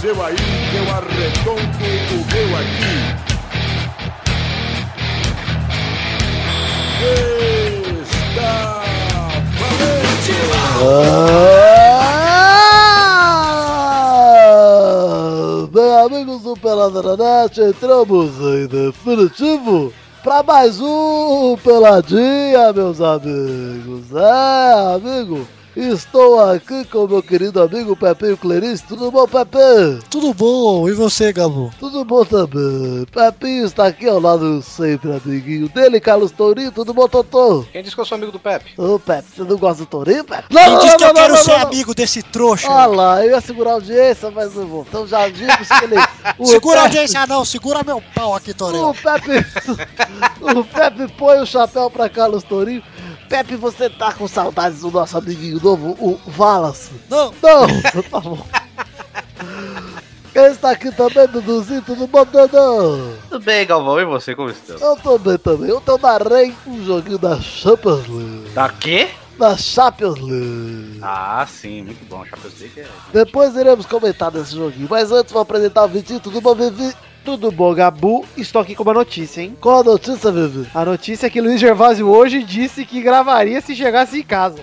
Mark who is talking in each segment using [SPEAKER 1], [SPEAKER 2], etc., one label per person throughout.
[SPEAKER 1] seu aí, eu arredonto o meu aqui. Está valente!
[SPEAKER 2] Ah! Bem, amigos do Pelada na Net, entramos em definitivo para mais um Peladinha, meus amigos. É, amigo, estou aqui com meu querido amigo Pepinho Clerice. Tudo bom, Pepe?
[SPEAKER 3] Tudo bom, e você, Gabo?
[SPEAKER 2] Tudo bom também. Pepinho está aqui ao lado sempre, amiguinho dele, Carlos Tourinho. Tudo bom, Totô?
[SPEAKER 4] Quem disse que eu sou amigo do Pepe?
[SPEAKER 2] Ô, Pepe, você não gosta do Tourinho, Pepe?
[SPEAKER 3] Quem disse que eu
[SPEAKER 2] não,
[SPEAKER 3] quero
[SPEAKER 2] não,
[SPEAKER 3] ser
[SPEAKER 2] não, não.
[SPEAKER 3] amigo desse trouxa?
[SPEAKER 5] Ah,
[SPEAKER 2] Olha lá, eu ia segurar a audiência, mas não vou. Então já digo que ele. o
[SPEAKER 3] segura a
[SPEAKER 2] Pepe-
[SPEAKER 3] audiência não, segura meu pau aqui, Torino.
[SPEAKER 2] O Pepe, o Pepe põe o chapéu pra Carlos Tourinho. Pepe, você tá com saudades do nosso amiguinho novo, o Wallace?
[SPEAKER 3] Não,
[SPEAKER 2] Não, tá bom. Quem está aqui também, Duduzinho? Tudo bom, Dudão?
[SPEAKER 4] Tudo bem, Galvão, e você, como está?
[SPEAKER 2] Eu tô bem também. Eu tô na Rei, um joguinho da Champions League.
[SPEAKER 4] Tá quê?
[SPEAKER 2] Da Champions League.
[SPEAKER 4] Ah, sim, muito bom. Chapeuzinho que é.
[SPEAKER 2] Depois iremos comentar desse joguinho, mas antes vou apresentar o Vitinho. Tudo bom, Vivi?
[SPEAKER 5] Tudo bom, Gabu? Estou aqui com uma notícia, hein?
[SPEAKER 2] Qual a notícia, Vivi?
[SPEAKER 5] A notícia é que Luiz Gervásio hoje disse que gravaria se chegasse em casa.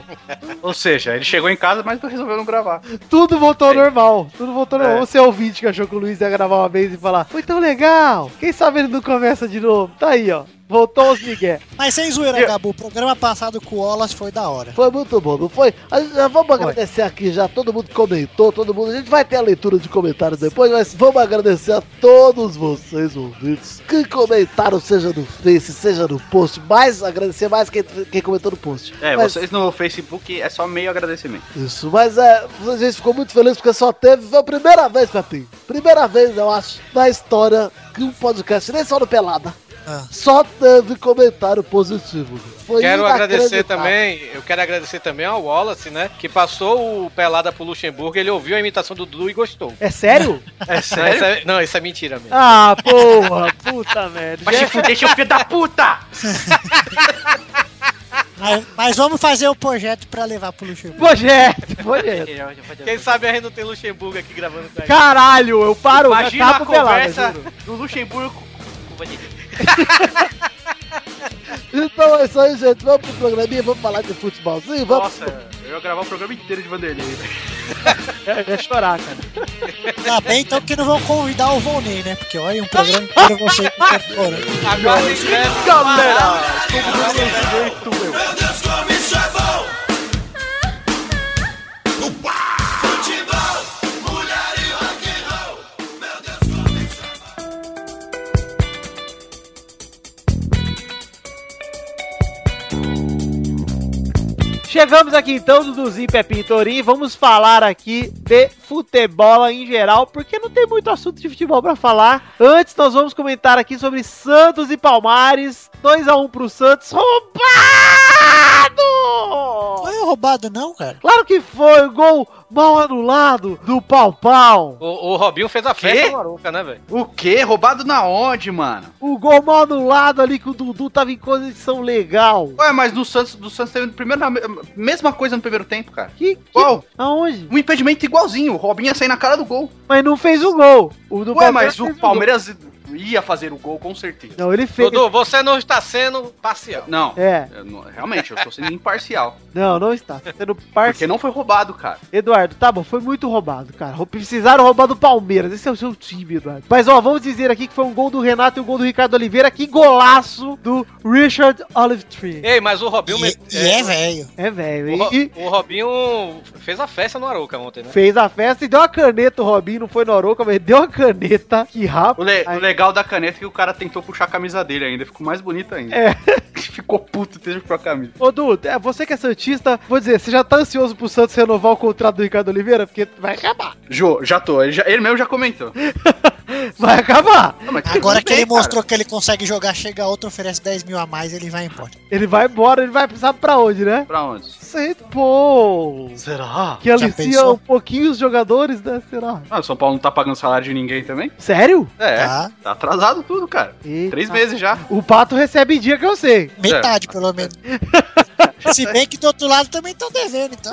[SPEAKER 4] Ou seja, ele chegou em casa, mas não resolveu não gravar.
[SPEAKER 5] Tudo voltou ao normal. Tudo voltou ao
[SPEAKER 4] É.
[SPEAKER 5] normal. Você é ouvinte que achou que o Luiz ia gravar uma vez e falar Foi tão legal. Quem sabe ele não começa de novo. Tá aí, ó. Voltou aos migué.
[SPEAKER 3] mas sem zoeira,
[SPEAKER 4] Eu-
[SPEAKER 3] Gabo. O programa passado com o Wallace foi da hora.
[SPEAKER 2] Foi muito bom, não foi? A gente- já vamos agradecer aqui já, todo mundo que comentou, todo mundo. A gente vai ter a leitura de comentários depois, mas vamos agradecer a todos vocês, ouvintes, que comentaram, seja no Face, seja no post. Mais agradecer mais quem, quem comentou no post.
[SPEAKER 4] É,
[SPEAKER 2] Mas-
[SPEAKER 4] vocês no Facebook é só meio agradecimento.
[SPEAKER 2] Isso, mas é, a gente ficou muito feliz porque só teve, foi a primeira vez, Pepinho. Primeira vez, eu acho, na história que um podcast, nem só no Pelada,
[SPEAKER 3] Ah.
[SPEAKER 2] só teve comentário positivo. Foi
[SPEAKER 6] Quero agradecer
[SPEAKER 2] inacreditável.
[SPEAKER 6] também, eu quero agradecer também ao Wallace, né? Que passou o pelada pro Luxemburgo, ele ouviu a imitação do Dudu e gostou.
[SPEAKER 5] É sério?
[SPEAKER 4] É
[SPEAKER 6] Não, isso é, não, isso é mentira mesmo.
[SPEAKER 5] ah, porra. Puta merda.
[SPEAKER 4] Vai te fuder, seu filho da puta!
[SPEAKER 3] Mas, mas vamos fazer o projeto pra levar pro Luxemburgo.
[SPEAKER 5] Projeto, projeto.
[SPEAKER 6] Quem sabe a gente não tem Luxemburgo aqui gravando com a gente.
[SPEAKER 5] Caralho, eu paro.
[SPEAKER 4] Imagina a
[SPEAKER 5] acabo pelada,
[SPEAKER 4] conversa
[SPEAKER 5] juro.
[SPEAKER 4] do Luxemburgo.
[SPEAKER 2] Então é isso aí, gente. Vamos pro programinha, vamos falar de futebolzinho, vamos.
[SPEAKER 4] Nossa, eu ia gravar o programa inteiro de Vanderlei.
[SPEAKER 5] Eu ia chorar, cara.
[SPEAKER 3] Ainda bem então que não vão convidar o Volney, né? Porque olha, um programa inteiro você fora.
[SPEAKER 6] Agora né? em breve,
[SPEAKER 5] Chegamos aqui então, Duduzinho, Pepinho e Torinho. Vamos falar aqui de futebol em geral, porque não tem muito assunto de futebol pra falar. Antes, nós vamos comentar aqui sobre Santos e Palmares. 2x1 pro Santos. Roubado!
[SPEAKER 3] Não é roubado não, cara.
[SPEAKER 5] Claro que foi, gol mal anulado do Pau Pau.
[SPEAKER 6] o, o Robinho fez a festa na Maruca, né, velho?
[SPEAKER 4] O quê? Roubado na onde, mano?
[SPEAKER 5] O gol mal anulado ali que o Dudu tava em condição legal.
[SPEAKER 4] Ué, mas no Santos, no Santos teve no primeiro, a mesma coisa no primeiro tempo, cara.
[SPEAKER 5] Que, que
[SPEAKER 4] Qual?
[SPEAKER 5] aonde?
[SPEAKER 4] Um impedimento igualzinho, o Robinho ia sair na cara do gol.
[SPEAKER 5] Mas não fez o gol. O do
[SPEAKER 4] Ué, mas
[SPEAKER 5] fez
[SPEAKER 4] o
[SPEAKER 5] gol.
[SPEAKER 4] Palmeiras ia fazer o gol com certeza.
[SPEAKER 5] Não, ele fez.
[SPEAKER 6] Dudu, você não está sendo parcial.
[SPEAKER 4] Não,
[SPEAKER 5] É,
[SPEAKER 4] eu não- realmente, eu tô sendo imparcial.
[SPEAKER 5] não, não está. Tá Sendo parcial.
[SPEAKER 4] Porque não foi roubado, cara.
[SPEAKER 5] Eduardo, tá bom, foi muito roubado, cara. Rou- Precisaram roubar do Palmeiras. Esse é o seu time, Eduardo. Mas ó, vamos dizer aqui que foi um gol do Renato e um gol do Ricardo Oliveira. Que golaço do Richard Olive Tree.
[SPEAKER 6] Ei, mas o Robinho.
[SPEAKER 3] E,
[SPEAKER 6] me-
[SPEAKER 3] e é velho.
[SPEAKER 5] É, velho.
[SPEAKER 6] o, Ro-
[SPEAKER 5] E, e
[SPEAKER 6] o Robinho fez a festa no Aruca ontem, né?
[SPEAKER 5] fez a festa e deu a caneta. O Robinho não foi no Oroca, mas deu a caneta. Que
[SPEAKER 4] O,
[SPEAKER 5] rápido.
[SPEAKER 4] le-
[SPEAKER 5] Ai.
[SPEAKER 4] o legal da caneta é que o cara tentou puxar a camisa dele ainda, ficou mais bonito ainda.
[SPEAKER 5] É.
[SPEAKER 4] Ficou puto, teve que puxar a camisa.
[SPEAKER 5] Ô, Du, é, você que é Santista, vou dizer, você já tá ansioso pro Santos renovar o contrato do Ricardo Oliveira? Porque vai acabar.
[SPEAKER 4] Jô, já tô, ele, já- ele mesmo já comentou.
[SPEAKER 5] Vai acabar.
[SPEAKER 4] Não, mas
[SPEAKER 3] Agora
[SPEAKER 4] tudo
[SPEAKER 3] que ele
[SPEAKER 4] bem, cara.
[SPEAKER 3] mostrou que ele consegue jogar, chega outro, oferece 10 mil a mais, ele vai embora.
[SPEAKER 5] Ele vai embora, ele vai sabe pra onde, né?
[SPEAKER 4] Pra onde?
[SPEAKER 5] Sei, pô.
[SPEAKER 4] Será?
[SPEAKER 5] Que alicia
[SPEAKER 3] pensou?
[SPEAKER 5] um pouquinho os jogadores, né? Será?
[SPEAKER 4] Ah, o São Paulo não tá pagando salário de ninguém também?
[SPEAKER 5] Sério?
[SPEAKER 4] É,
[SPEAKER 3] Tá?
[SPEAKER 4] tá atrasado tudo, cara.
[SPEAKER 5] Eita.
[SPEAKER 4] Três meses já.
[SPEAKER 5] O Pato recebe em dia que eu sei.
[SPEAKER 3] Metade, pelo menos. Se bem que do outro lado também estão devendo, então.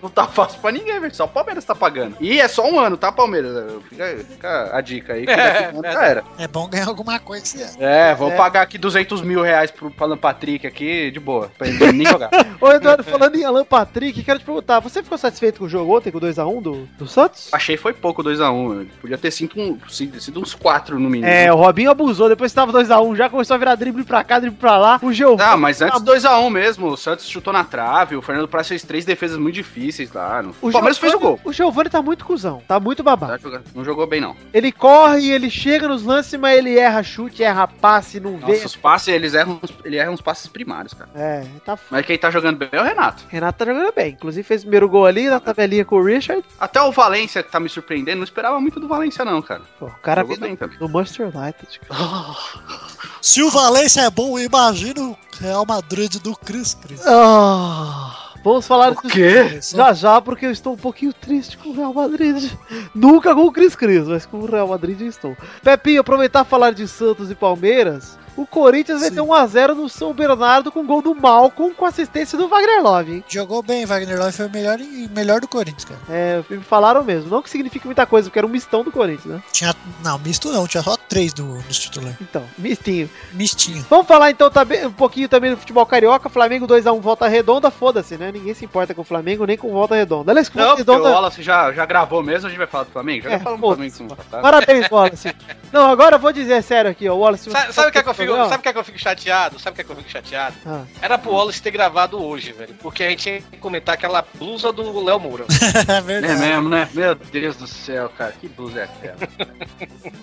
[SPEAKER 4] Não tá fácil pra ninguém, velho. Só o Palmeiras tá pagando. E é só um ano, tá, Palmeiras? Fica, fica a dica aí. Que daqui a um ano já era.
[SPEAKER 3] É bom ganhar alguma coisa esse ano.
[SPEAKER 4] É, vou
[SPEAKER 5] É.
[SPEAKER 4] pagar aqui 200 mil reais pro Alan Patrick aqui, de boa. Pra ele nem jogar.
[SPEAKER 5] Ô, Eduardo, falando em Alan Patrick, quero te perguntar, você ficou satisfeito com o jogo ontem, com o 2x1 do, do Santos?
[SPEAKER 4] Achei foi pouco 2x1. Um. Podia ter sido, um, sido uns 4 no mínimo.
[SPEAKER 5] É, o Robinho abusou, depois estava 2x1, já começou a virar drible pra cá, drible pra lá, o Geo...
[SPEAKER 4] Ah, mas antes 2x1 mesmo. O Santos chutou na trave. O Fernando Praça fez três defesas muito difíceis lá. não- O Palmeiras fez o gol.
[SPEAKER 5] O Giovani tá muito cuzão, tá muito babado.
[SPEAKER 4] Tá jogando- Não jogou bem, não.
[SPEAKER 5] Ele corre, ele chega nos lances, mas ele erra chute, erra passe, não vê.
[SPEAKER 4] Nossa, os passes, eles erram, uns- ele erra uns passes primários, cara.
[SPEAKER 5] É, tá f...
[SPEAKER 4] Mas quem tá jogando bem é o Renato.
[SPEAKER 5] Renato tá jogando bem. Inclusive fez o primeiro gol ali na tabelinha com o Richard.
[SPEAKER 4] Até o Valência, que tá me surpreendendo, não esperava muito do Valência, não, cara.
[SPEAKER 5] Pô, o cara
[SPEAKER 4] Jogou
[SPEAKER 5] veio do,
[SPEAKER 4] bem também.
[SPEAKER 5] do Manchester United. cara.
[SPEAKER 3] Se o Valência é bom, eu imagino o Real Madrid do Cris Cris.
[SPEAKER 5] Ah, vamos falar disso
[SPEAKER 4] quê?
[SPEAKER 5] É, já já, porque eu estou um pouquinho triste com o Real Madrid. Nunca com o Cris Cris, mas com o Real Madrid eu estou. Pepinho, aproveitar e falar de Santos e Palmeiras. O Corinthians vai
[SPEAKER 3] Sim.
[SPEAKER 5] ter 1x0 no São Bernardo com gol do Malcom com assistência do Wagner Love, hein?
[SPEAKER 3] Jogou bem, Wagner Love foi o melhor, e- melhor do Corinthians, cara.
[SPEAKER 5] É, me falaram mesmo. Não que signifique muita coisa, porque era um mistão do Corinthians, né?
[SPEAKER 3] Tinha, não, misto não, tinha só três do, dos titulares.
[SPEAKER 5] Então, mistinho.
[SPEAKER 3] Mistinho.
[SPEAKER 5] Vamos falar então também um pouquinho também do futebol carioca. Flamengo 2x1 volta redonda, foda-se, né? Ninguém se importa com o Flamengo nem com volta redonda. Aliás, com
[SPEAKER 4] Não,
[SPEAKER 5] volta
[SPEAKER 4] porque o
[SPEAKER 5] redonda.
[SPEAKER 4] Wallace já, já gravou mesmo, a gente vai falar do Flamengo? Já
[SPEAKER 5] É,
[SPEAKER 4] falamos
[SPEAKER 5] pô,
[SPEAKER 4] do Flamengo né? tá? semana passada.
[SPEAKER 5] Parabéns, Wallace. Não, agora eu vou dizer sério aqui, ó. Wallace,
[SPEAKER 6] Sabe, sabe o que é que eu fico,
[SPEAKER 5] Não.
[SPEAKER 6] sabe o que é que eu fico chateado? Sabe o que é que eu fico chateado?
[SPEAKER 5] Ah.
[SPEAKER 6] Era pro Wallace ter gravado hoje, velho. Porque a gente ia comentar aquela blusa do Léo Moura.
[SPEAKER 3] é
[SPEAKER 4] É
[SPEAKER 3] verdade.
[SPEAKER 4] mesmo, né? Meu Deus do céu, cara, que blusa é aquela?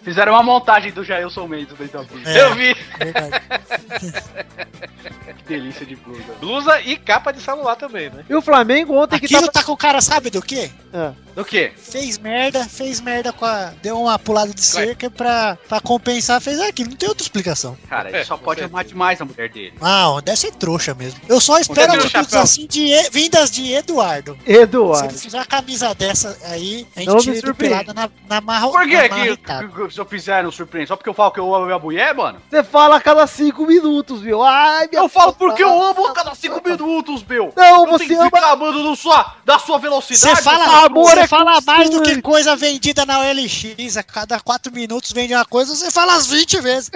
[SPEAKER 4] Fizeram uma montagem do Jailson Mendes dentro da blusa.
[SPEAKER 3] É,
[SPEAKER 6] Eu vi
[SPEAKER 3] verdade.
[SPEAKER 4] Que delícia de blusa.
[SPEAKER 6] blusa e capa de celular também, né?
[SPEAKER 5] E o Flamengo ontem que
[SPEAKER 3] Aquilo
[SPEAKER 5] tava.
[SPEAKER 3] tá com o cara, sabe do quê?
[SPEAKER 5] Ah,
[SPEAKER 4] Do quê?
[SPEAKER 3] Fez merda, fez merda com a. Deu uma pulada de cerca pra, pra compensar, fez aquilo. Não tem outra explicação.
[SPEAKER 4] Cara, ele só
[SPEAKER 6] Com
[SPEAKER 4] pode
[SPEAKER 6] certeza.
[SPEAKER 4] amar demais a mulher dele.
[SPEAKER 3] Não, deve ser trouxa mesmo. Eu
[SPEAKER 4] é
[SPEAKER 3] só espero
[SPEAKER 4] Cadê meu
[SPEAKER 3] atitudes
[SPEAKER 4] chapéu?
[SPEAKER 3] assim de E- vindas de Eduardo. Se ele
[SPEAKER 5] Eduardo.
[SPEAKER 3] fizer uma camisa dessa aí, a
[SPEAKER 5] Não
[SPEAKER 3] gente
[SPEAKER 5] me
[SPEAKER 3] tira ele do
[SPEAKER 5] surpreende.
[SPEAKER 3] pelada na, na marra.
[SPEAKER 4] Por
[SPEAKER 3] na
[SPEAKER 4] que,
[SPEAKER 3] marra
[SPEAKER 4] que,
[SPEAKER 3] irritada.
[SPEAKER 4] que- que se eu fizer não surpreende? Só porque eu falo que eu amo a minha mulher, mano?
[SPEAKER 5] Você fala a cada cinco minutos, viu? Ai, minha
[SPEAKER 4] Eu falo
[SPEAKER 5] puta.
[SPEAKER 4] porque eu amo a cada cinco minutos, meu!
[SPEAKER 5] Não,
[SPEAKER 4] Eu
[SPEAKER 5] você
[SPEAKER 4] tenho que
[SPEAKER 5] ama.
[SPEAKER 4] ficar amando do sua, da sua velocidade.
[SPEAKER 3] Você fala,
[SPEAKER 5] o amor
[SPEAKER 3] você
[SPEAKER 5] é
[SPEAKER 3] fala mais do
[SPEAKER 5] constante.
[SPEAKER 3] que coisa vendida na OLX. A cada 4 minutos vende uma coisa, você fala as 20 vezes.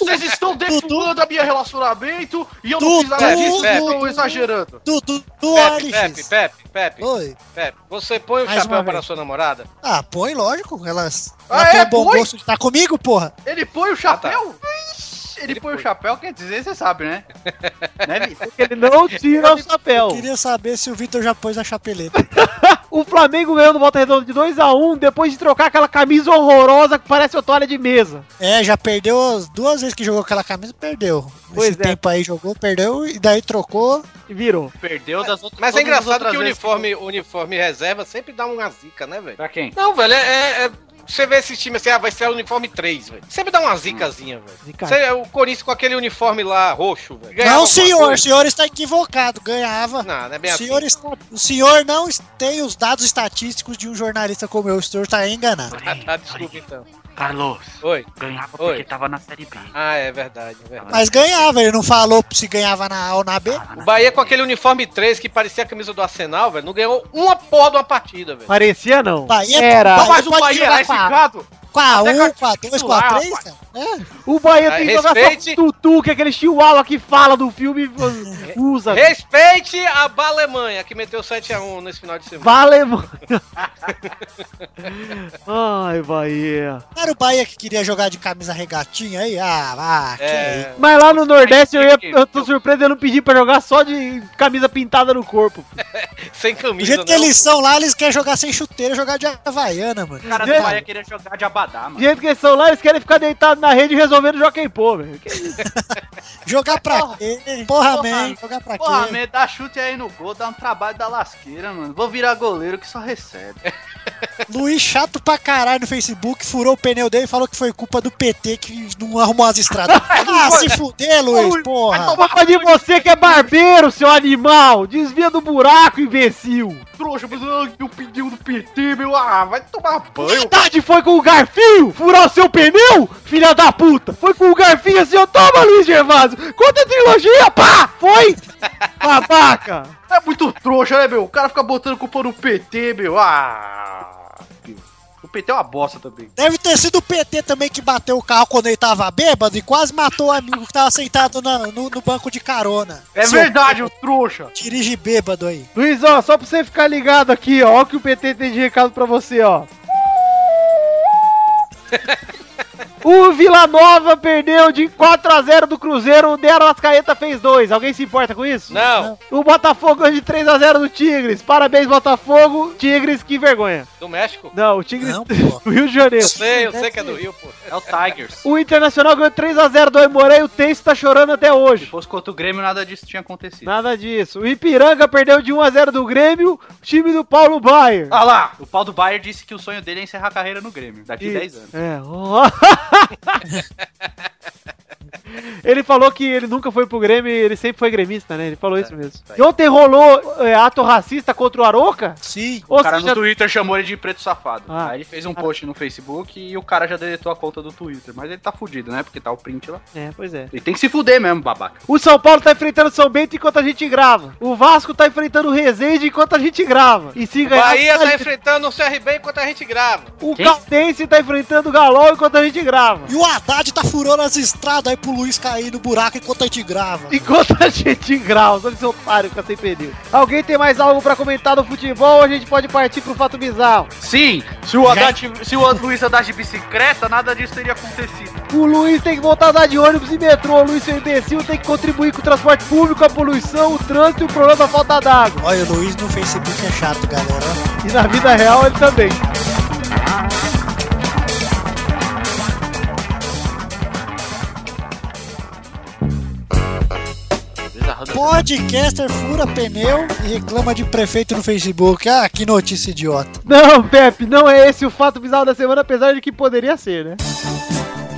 [SPEAKER 4] Vocês estão defumando a minha relacionamento e eu não
[SPEAKER 3] Dudu,
[SPEAKER 4] fiz nada disso, vocês
[SPEAKER 6] Dudu.
[SPEAKER 4] estão exagerando.
[SPEAKER 3] Do, do, do
[SPEAKER 6] Pepe,
[SPEAKER 3] OLX.
[SPEAKER 6] Pepe, Pepe, Pepe,
[SPEAKER 3] Oi.
[SPEAKER 6] Pepe. Você põe o
[SPEAKER 5] Mais uma
[SPEAKER 6] chapéu
[SPEAKER 5] vez.
[SPEAKER 6] para sua namorada?
[SPEAKER 3] Ah, põe, lógico. Ela,
[SPEAKER 4] Ah,
[SPEAKER 3] ela tem
[SPEAKER 4] é?
[SPEAKER 3] um bom
[SPEAKER 4] Põe?
[SPEAKER 3] gosto de estar comigo, porra.
[SPEAKER 4] Ele põe o chapéu? Ah, tá. Ele,
[SPEAKER 6] Ele
[SPEAKER 4] põe,
[SPEAKER 6] põe.
[SPEAKER 4] o chapéu, quer dizer, você sabe, né? né, bicho?
[SPEAKER 5] Ele não tira o chapéu.
[SPEAKER 3] Queria saber se o Vitor já pôs a chapeleta.
[SPEAKER 5] O Flamengo ganhou no Volta Redonda de 2x1 depois de trocar aquela camisa horrorosa que parece uma toalha de mesa.
[SPEAKER 3] É, já perdeu as duas vezes que jogou aquela camisa, perdeu.
[SPEAKER 5] Pois
[SPEAKER 3] Esse
[SPEAKER 5] é.
[SPEAKER 3] tempo aí jogou, perdeu, e daí trocou.
[SPEAKER 5] E virou.
[SPEAKER 4] Perdeu das outras
[SPEAKER 6] Mas é
[SPEAKER 4] todas as
[SPEAKER 6] engraçado
[SPEAKER 4] outras
[SPEAKER 6] que o
[SPEAKER 4] vezes
[SPEAKER 6] uniforme, o uniforme reserva sempre dá uma zica, né, velho?
[SPEAKER 4] Pra quem?
[SPEAKER 6] Não, velho, é, é- é- Você vê esse time assim, ah, vai ser o uniforme 3, velho. Sempre dá uma zicazinha, velho.
[SPEAKER 5] Zica.
[SPEAKER 6] Você- é O Corinthians com aquele uniforme lá roxo, velho. Ganhava
[SPEAKER 3] Não,
[SPEAKER 6] alguma
[SPEAKER 3] senhor, o
[SPEAKER 6] coisa?
[SPEAKER 3] senhor está equivocado. Ganhava.
[SPEAKER 6] Não, não é bem
[SPEAKER 3] O
[SPEAKER 6] assim.
[SPEAKER 3] senhor, está, o senhor não tem os dados estatísticos de um jornalista como eu, o senhor está enganado.
[SPEAKER 6] Ah, tá, desculpa então.
[SPEAKER 7] Carlos,
[SPEAKER 6] Oi.
[SPEAKER 4] Ah,
[SPEAKER 7] ganhava
[SPEAKER 6] Oi.
[SPEAKER 7] porque tava na Série B.
[SPEAKER 6] Ah, é verdade, é verdade.
[SPEAKER 3] Mas ganhava, ele não falou se ganhava na A ou na B.
[SPEAKER 6] O Bahia com aquele uniforme 3 que parecia a camisa do Arsenal, velho, não ganhou uma porra de uma partida, velho.
[SPEAKER 5] Parecia não.
[SPEAKER 3] Bahia, é
[SPEAKER 5] Era.
[SPEAKER 3] Bahia
[SPEAKER 4] Mas o
[SPEAKER 3] pode
[SPEAKER 4] Bahia
[SPEAKER 3] jogar um,
[SPEAKER 4] era
[SPEAKER 3] com a-
[SPEAKER 4] esticado.
[SPEAKER 3] Com a
[SPEAKER 4] Até
[SPEAKER 3] 1, com a 2, com a
[SPEAKER 4] titular,
[SPEAKER 3] 3, cara. É,
[SPEAKER 5] O Bahia tem
[SPEAKER 6] Ah,
[SPEAKER 5] que jogar
[SPEAKER 6] respeite-
[SPEAKER 5] só com o Tutu, que é aquele chihuahua que fala do filme e usa.
[SPEAKER 6] Respeite a Balemanha, que meteu 7x1 nesse final de semana.
[SPEAKER 5] Vale, mano. Ai, Bahia.
[SPEAKER 3] não era o Bahia que queria jogar de camisa regatinha aí? Ah, ah que é.
[SPEAKER 6] É,
[SPEAKER 5] Mas lá no Nordeste eu, ia, eu tô surpreso, eu não pedi pra jogar só de camisa pintada no corpo.
[SPEAKER 6] sem
[SPEAKER 3] Do
[SPEAKER 6] camisa,
[SPEAKER 3] jeito que
[SPEAKER 6] né?
[SPEAKER 3] eles são lá, eles querem jogar sem chuteira, jogar de havaiana, mano.
[SPEAKER 4] O cara do
[SPEAKER 5] Gente.
[SPEAKER 4] Bahia queria jogar de abadá,
[SPEAKER 5] Do
[SPEAKER 4] mano.
[SPEAKER 5] jeito que eles são lá, eles querem ficar deitados na rede resolvendo jockey pô, velho. Que-
[SPEAKER 3] Jogar pra quê? Porra, man, jogar pra
[SPEAKER 4] Porra,
[SPEAKER 3] quê?
[SPEAKER 4] man, dá chute aí no gol, dá um trabalho da lasqueira, mano. Vou virar goleiro que só recebe.
[SPEAKER 3] Luiz, chato pra caralho no Facebook, furou o pneu dele e falou que foi culpa do PT que não arrumou as estradas. Ah, se fuder, Luiz, porra.
[SPEAKER 5] Culpa de você que é barbeiro, seu animal! Desvia do buraco, imbecil!
[SPEAKER 4] Trouxa, mas ah, que eu pedi o do PT, meu. Ah, vai tomar banho.
[SPEAKER 5] Tarde foi com o garfinho furar o seu pneu, filha da puta! Foi com o garfinho assim, ó, toma, Luiz Gervásio! Conta a trilogia, pá! Foi! Babaca!
[SPEAKER 4] É muito trouxa, né, meu? O cara fica botando culpa no PT, meu. Ah. meu. O PT é uma bosta também.
[SPEAKER 3] Deve ter sido o PT também que bateu o carro quando ele tava bêbado e quase matou o amigo que tava sentado na- no, no banco de carona.
[SPEAKER 4] É
[SPEAKER 3] Seu
[SPEAKER 4] verdade, o trouxa.
[SPEAKER 3] Dirige bêbado aí.
[SPEAKER 5] Luiz, ó, só pra você ficar ligado aqui, ó, ó o que o PT tem de recado pra você, ó. O Vila Nova perdeu de 4x0 do Cruzeiro, o Dero Ascaeta fez 2. Alguém se importa com isso?
[SPEAKER 6] Não,
[SPEAKER 3] né?
[SPEAKER 5] O Botafogo ganhou de 3x0 do Tigres. Parabéns, Botafogo. Tigres, que vergonha.
[SPEAKER 6] do México?
[SPEAKER 5] Não, o Tigres
[SPEAKER 3] Não, pô.
[SPEAKER 5] do Rio de Janeiro.
[SPEAKER 6] Eu sei, eu sei que é do Rio, pô.
[SPEAKER 4] É o Tigers.
[SPEAKER 5] O Internacional ganhou 3x0 do Aimoré e o Tenso tá chorando até
[SPEAKER 4] Se
[SPEAKER 5] hoje.
[SPEAKER 4] fosse contra o Grêmio, nada disso tinha acontecido.
[SPEAKER 5] Nada disso. O Ipiranga perdeu de 1x0 do Grêmio, time do Paulo Baier.
[SPEAKER 4] Ah lá, o pau do Bayer disse que o sonho dele é encerrar a carreira no Grêmio, daqui 10 anos.
[SPEAKER 5] É. ó. ele falou que ele nunca foi pro Grêmio e ele sempre foi gremista, né? Ele falou isso mesmo.
[SPEAKER 4] tá aí.
[SPEAKER 5] E ontem rolou é, ato racista contra o Aroca?
[SPEAKER 3] Sim.
[SPEAKER 5] Ou
[SPEAKER 4] o cara
[SPEAKER 5] seja,
[SPEAKER 4] no Twitter chamou ele de preto safado.
[SPEAKER 5] Ah.
[SPEAKER 4] Aí ele fez um post no Facebook e o cara já deletou a conta do Twitter. Mas ele tá fudido, né? Porque tá o print lá.
[SPEAKER 5] É, pois é.
[SPEAKER 4] Ele tem que se fuder mesmo, babaca.
[SPEAKER 5] O São Paulo tá enfrentando o São Bento enquanto a gente grava. O Vasco tá enfrentando o Resende enquanto a gente grava. E se ganhar,
[SPEAKER 6] Bahia tá enfrentando o CRB enquanto a gente grava.
[SPEAKER 5] o
[SPEAKER 4] Quem?
[SPEAKER 5] Caldense tá enfrentando o Galol enquanto a gente grava.
[SPEAKER 3] E o Haddad tá furando as estradas aí pro Luiz cair no buraco enquanto a gente grava.
[SPEAKER 5] Enquanto a gente grava, sabe seu otário fica sem pneu. Alguém tem mais algo pra comentar do futebol? A gente pode partir pro fato bizarro.
[SPEAKER 4] Sim, se o, Haddad, se o Luiz andasse de bicicleta, nada disso teria acontecido.
[SPEAKER 5] O Luiz tem que voltar a andar de ônibus e metrô. O Luiz, seu imbecil, tem que contribuir com o transporte público, a poluição, o trânsito e o problema da falta d'água.
[SPEAKER 3] Olha, o Luiz no Facebook é chato, galera.
[SPEAKER 5] E na vida real ele também.
[SPEAKER 3] Podcaster fura pneu e reclama de prefeito no Facebook. Ah, que notícia idiota.
[SPEAKER 5] Não, Pepe, não é esse o fato bizarro da semana, apesar de que poderia ser, né?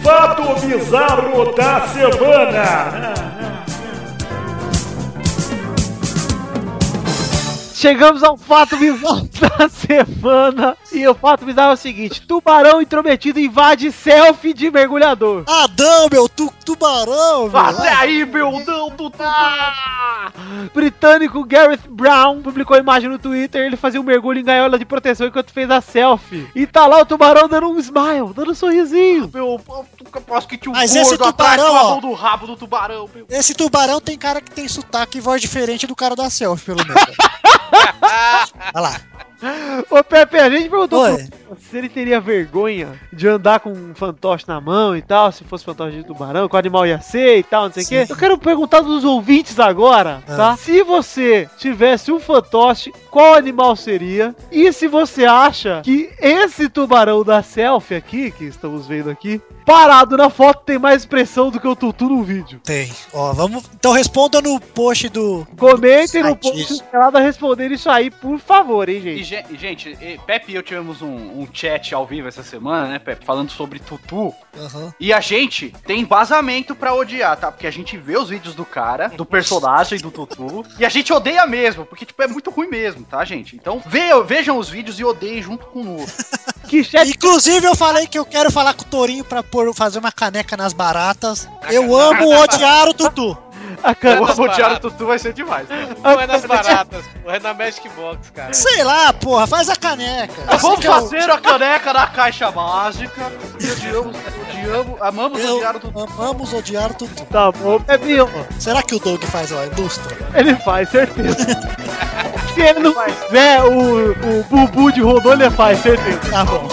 [SPEAKER 7] Fato bizarro da semana.
[SPEAKER 5] Chegamos ao fato bizarro da semana. E o fato bizarro é o seguinte: tubarão intrometido invade selfie de mergulhador.
[SPEAKER 3] Adão, meu tu, tubarão, velho.
[SPEAKER 4] Até é aí, meu não, do
[SPEAKER 5] Britânico Gareth Brown publicou a imagem no Twitter. Ele fazia um mergulho em gaiola de proteção enquanto fez a selfie. E tá lá o tubarão dando um smile, dando um sorrisinho.
[SPEAKER 4] Meu, eu posso que tinha um
[SPEAKER 3] Mas esse é
[SPEAKER 4] gordo atrás
[SPEAKER 3] tubarão,
[SPEAKER 4] com a
[SPEAKER 3] ó.
[SPEAKER 4] mão do rabo do tubarão, meu.
[SPEAKER 3] Esse tubarão tem cara que tem sotaque e voz diferente do cara da selfie, pelo menos. Olha lá.
[SPEAKER 5] Ô Pepe, a gente perguntou
[SPEAKER 3] Oi.
[SPEAKER 5] pro- se ele teria vergonha de andar com um fantoche na mão e tal, se fosse fantoche de tubarão, qual animal ia ser e tal, não sei o quê.
[SPEAKER 3] Sim.
[SPEAKER 5] Eu quero perguntar dos ouvintes agora,
[SPEAKER 3] Ah.
[SPEAKER 5] tá? Se você tivesse um fantoche, qual animal seria? E se você acha que esse tubarão da selfie aqui, que estamos vendo aqui, parado na foto tem mais expressão do que o tutu no vídeo.
[SPEAKER 3] Tem. Ó, vamos. Então responda no post do.
[SPEAKER 5] Comentem no
[SPEAKER 3] Ai,
[SPEAKER 5] post
[SPEAKER 3] Jesus.
[SPEAKER 5] pelada respondendo isso aí, por favor, hein, gente.
[SPEAKER 4] E, gen- e, gente, e Pepe e eu tivemos um, um chat ao vivo essa semana, né, Pepe? Falando sobre Tutu.
[SPEAKER 3] Aham.
[SPEAKER 4] E a gente tem vazamento pra odiar, tá? Porque a gente vê os vídeos do cara, do personagem, do Tutu. e a gente odeia mesmo, porque, tipo, é muito ruim mesmo, tá, gente? Então ve- vejam os vídeos e odeiem junto com o
[SPEAKER 5] Que chat
[SPEAKER 3] Inclusive, eu falei que eu quero falar com o Torinho pra pôr, fazer uma caneca nas baratas. Eu
[SPEAKER 6] caneca
[SPEAKER 3] amo
[SPEAKER 6] na
[SPEAKER 3] odiar o Tutu.
[SPEAKER 5] a cara.
[SPEAKER 6] Nossa,
[SPEAKER 4] odiar o
[SPEAKER 6] barato.
[SPEAKER 4] Tutu vai ser demais, né?
[SPEAKER 3] Ah,
[SPEAKER 6] Não é nas baratas, pô, é na Magic Box, cara.
[SPEAKER 3] Sei lá, porra, faz a caneca. Eu sei
[SPEAKER 4] Vamos
[SPEAKER 3] que eu-
[SPEAKER 4] fazer a caneca na caixa mágica. E odiamos, odiamos, amamos
[SPEAKER 3] Eu
[SPEAKER 4] odiar o Tutu.
[SPEAKER 3] amamos odiar o Tutu.
[SPEAKER 5] Tá bom, Pepe, ó.
[SPEAKER 3] Será que o Doug faz, ó, ilustra?
[SPEAKER 5] Ele faz, certeza. Se ele não fizer o, o Bubu de Rondônia, faz, certeza.
[SPEAKER 3] Tá bom.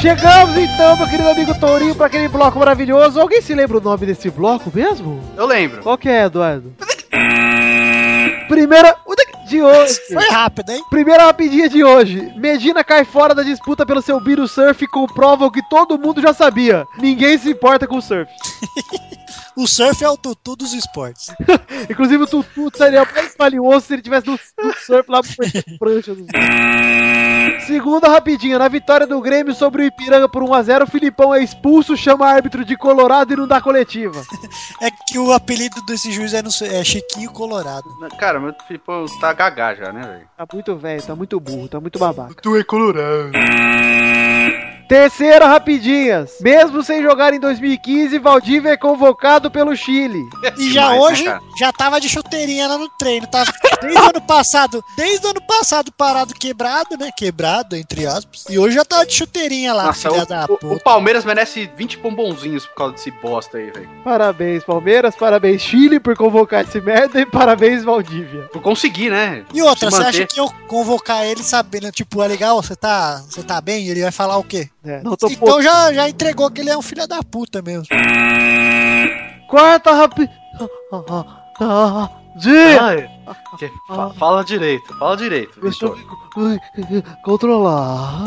[SPEAKER 5] Chegamos então, meu querido amigo Tourinho, pra aquele bloco maravilhoso. Alguém se lembra o nome desse bloco mesmo?
[SPEAKER 4] Eu lembro.
[SPEAKER 5] Qual que é, Eduardo? Primeira. de hoje.
[SPEAKER 3] Foi rápido, hein?
[SPEAKER 5] Primeira rapidinha de hoje. Medina cai fora da disputa pelo seu Biro Surf e comprova o que todo mundo já sabia. Ninguém se importa com o surf.
[SPEAKER 3] O surf é o tutu dos esportes.
[SPEAKER 5] Inclusive o Tutu seria mais valioso se ele tivesse no, no surf lá pro prancha. do- assim. Segunda rapidinha. Na vitória do Grêmio sobre o Ipiranga por 1x0, o Filipão é expulso, chama árbitro de Colorado e não dá coletiva.
[SPEAKER 3] É que o apelido desse juiz é, no- é Chiquinho Colorado.
[SPEAKER 4] Cara, meu Filipão tá gagá já, né, velho?
[SPEAKER 5] Tá muito velho, tá muito burro, tá muito babaca.
[SPEAKER 4] Tu é colorado.
[SPEAKER 5] Terceira rapidinhas. Mesmo sem jogar em 2015, Valdívia é convocado pelo Chile.
[SPEAKER 3] E já
[SPEAKER 4] Demais, né,
[SPEAKER 3] hoje,
[SPEAKER 4] cara?
[SPEAKER 3] já tava de chuteirinha lá no treino, tá? Desde o ano passado, desde o ano passado parado quebrado, né? Quebrado, entre aspas. E hoje já tava de chuteirinha lá,
[SPEAKER 4] Nossa,
[SPEAKER 3] Ah, filha da
[SPEAKER 4] o, o, o
[SPEAKER 3] puta.
[SPEAKER 4] Palmeiras merece 20 bombonzinhos por causa desse bosta aí, velho.
[SPEAKER 5] Parabéns, Palmeiras, parabéns, Chile, por convocar esse merda e parabéns, Valdívia.
[SPEAKER 4] Por conseguir, né?
[SPEAKER 3] E outra,
[SPEAKER 4] se
[SPEAKER 3] você
[SPEAKER 4] manter.
[SPEAKER 3] acha que eu convocar ele sabendo, tipo, é legal, você tá, você tá bem? Ele vai falar o quê?
[SPEAKER 5] É, não tô
[SPEAKER 3] então já, já entregou que ele é um filho da puta mesmo.
[SPEAKER 5] Quarta Ah, rapidinha. ah,
[SPEAKER 4] Que- fa- Fala direito, fala direito.
[SPEAKER 5] Deixa eu
[SPEAKER 4] Vitor.
[SPEAKER 5] me co- controlar.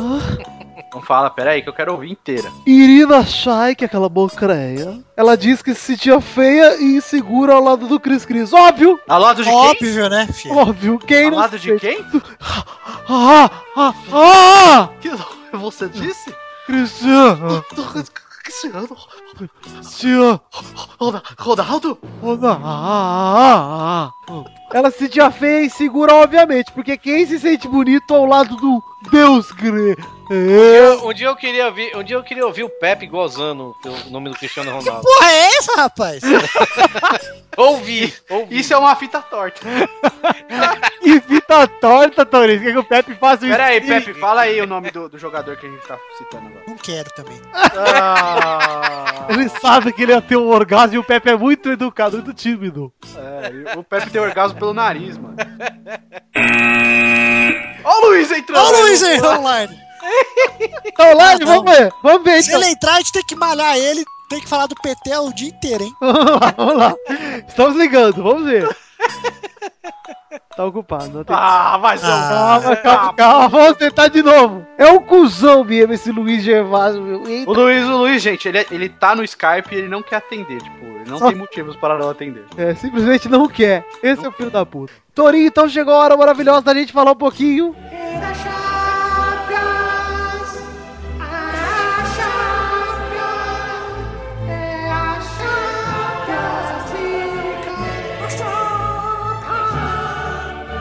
[SPEAKER 4] Não fala, peraí, que eu quero ouvir inteira.
[SPEAKER 5] Irina Shayk, que é aquela mocreia, ela diz que se sentia feia e insegura ao lado do Cris Cris. Óbvio,
[SPEAKER 4] Tá Ao lado de quem? Tá
[SPEAKER 3] Óbvio, né, filho?
[SPEAKER 5] óbvio. Quem
[SPEAKER 4] Ao
[SPEAKER 5] não.
[SPEAKER 4] lado de quem?
[SPEAKER 5] Ah, ah, ah!
[SPEAKER 4] Que nome você disse?
[SPEAKER 5] Cristiano!
[SPEAKER 4] Cristiano
[SPEAKER 5] Cristiano! ah,
[SPEAKER 4] Ronaldo?
[SPEAKER 5] Ela se sentia feia e insegura, obviamente, porque quem se sente bonito ao lado do Deus É. grego?
[SPEAKER 6] Um dia eu queria ouvir, um dia eu queria ouvir o Pepe gozando o nome do Cristiano Ronaldo.
[SPEAKER 3] Porra, é essa, rapaz?
[SPEAKER 6] ouvi, ouvi.
[SPEAKER 4] Isso é uma fita torta.
[SPEAKER 5] E fita torta, Torinho. Quer que o Pepe um faça isso?
[SPEAKER 4] Peraí, Pepe, fala aí o nome do, do jogador que a gente tá citando agora.
[SPEAKER 3] Não quero também.
[SPEAKER 4] Ah,
[SPEAKER 5] Ele sabe que ele ia ter um orgasmo e o Pepe é muito educado, muito tímido.
[SPEAKER 4] é, o Pepe tem orgasmo pelo nariz, mano. Ó o Luiz entrando!
[SPEAKER 3] Ô, Luiz aí, online.
[SPEAKER 5] Então, Lade,
[SPEAKER 3] Ah, não.
[SPEAKER 5] vamos ver. Vamos ver,
[SPEAKER 3] Se
[SPEAKER 5] então.
[SPEAKER 3] ele entrar, a gente tem que malhar ele, tem que falar do PT o dia inteiro, hein?
[SPEAKER 5] Vamos lá, vamos lá. Estamos ligando, vamos ver. Tá ocupado, não tem
[SPEAKER 4] Ah, mas
[SPEAKER 3] Ah.
[SPEAKER 5] Calma, calma, calma, vamos tentar de novo. É um cuzão mesmo esse Luiz Gervásio, meu.
[SPEAKER 4] O
[SPEAKER 5] Eita,
[SPEAKER 4] Luiz, o Luiz, gente, ele, ele tá no Skype e ele não quer atender, tipo, ele não tem motivos para não atender.
[SPEAKER 5] é, simplesmente não quer. Esse é o filho da puta. Torinho, então chegou a hora maravilhosa da gente falar um pouquinho.
[SPEAKER 8] Era Champions, a Champions, é a Champions, a Zica, a Champions.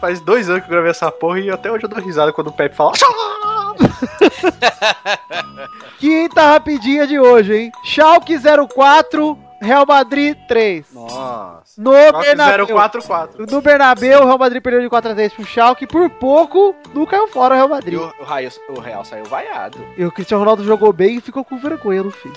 [SPEAKER 4] Faz dois anos que eu gravei essa porra e até hoje eu dou risada quando o Pepe fala.
[SPEAKER 5] Quinta rapidinha de hoje, hein? Schalke 04, Real Madrid 3.
[SPEAKER 4] Nossa.
[SPEAKER 5] No
[SPEAKER 4] Bernabéu.
[SPEAKER 5] Bernabéu.
[SPEAKER 4] 044.
[SPEAKER 5] No Bernabéu, o Real Madrid perdeu de 4x3 pro Schalke. Por pouco, não caiu fora o Real
[SPEAKER 4] E
[SPEAKER 5] Madrid.
[SPEAKER 4] o, o, Raio- o Real saiu vaiado.
[SPEAKER 5] E o Cristiano Ronaldo jogou bem e ficou com vergonha no fim.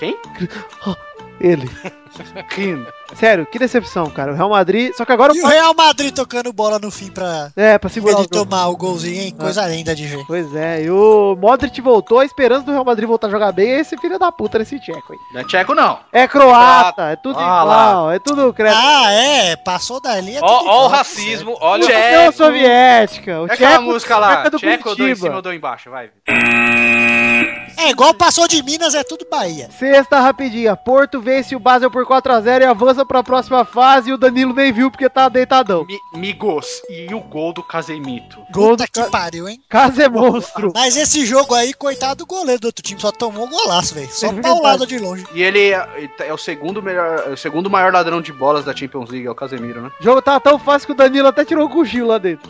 [SPEAKER 5] Oh,
[SPEAKER 4] Quem?
[SPEAKER 5] Ele.
[SPEAKER 4] É
[SPEAKER 5] Sério, que decepção, cara. O Real Madrid... Só que agora...
[SPEAKER 3] E o Real Madrid tocando bola no fim pra
[SPEAKER 5] É, pra segurar o É.
[SPEAKER 3] ele
[SPEAKER 5] jogo.
[SPEAKER 3] tomar o golzinho, hein? Coisa linda de ver.
[SPEAKER 5] Pois é, e o Modric voltou, a esperança do Real Madrid voltar a jogar bem é esse filho da puta nesse tcheco aí.
[SPEAKER 4] Não é tcheco, não.
[SPEAKER 5] É croata, é tudo
[SPEAKER 4] Ah lá.
[SPEAKER 5] igual, é tudo credo.
[SPEAKER 3] Ah, é, passou dali. é
[SPEAKER 6] Ó,
[SPEAKER 3] tudo
[SPEAKER 6] ó o
[SPEAKER 3] igual.
[SPEAKER 6] racismo, olha o
[SPEAKER 4] Tcheco.
[SPEAKER 3] é
[SPEAKER 5] União Soviética, o
[SPEAKER 4] É aquela
[SPEAKER 5] tcheco,
[SPEAKER 4] música
[SPEAKER 5] tcheco
[SPEAKER 4] lá.
[SPEAKER 5] é do
[SPEAKER 4] Tcheco, eu dou em
[SPEAKER 5] Curitiba.
[SPEAKER 4] cima, eu dou embaixo, vai.
[SPEAKER 3] É igual passou de Minas, é tudo Bahia.
[SPEAKER 5] Sexta rapidinha, Porto vence o Basel por 4x0 e avança pra próxima fase e o Danilo nem viu porque tá deitadão.
[SPEAKER 4] Mi- Migos. E o gol do Casemito?
[SPEAKER 5] Gol
[SPEAKER 3] Puta
[SPEAKER 5] do
[SPEAKER 3] que
[SPEAKER 5] ca-
[SPEAKER 3] pariu, hein?
[SPEAKER 5] Casa é monstro.
[SPEAKER 3] Mas esse jogo aí, coitado do goleiro do outro time, só tomou golaço, velho. Só
[SPEAKER 5] É verdade.
[SPEAKER 3] paulada de longe.
[SPEAKER 4] E ele é, ele tá- é o segundo melhor, é o segundo maior ladrão de bolas da Champions League, é o Casemiro, né?
[SPEAKER 5] O jogo tava tão fácil que o Danilo até tirou o cochilo lá dentro.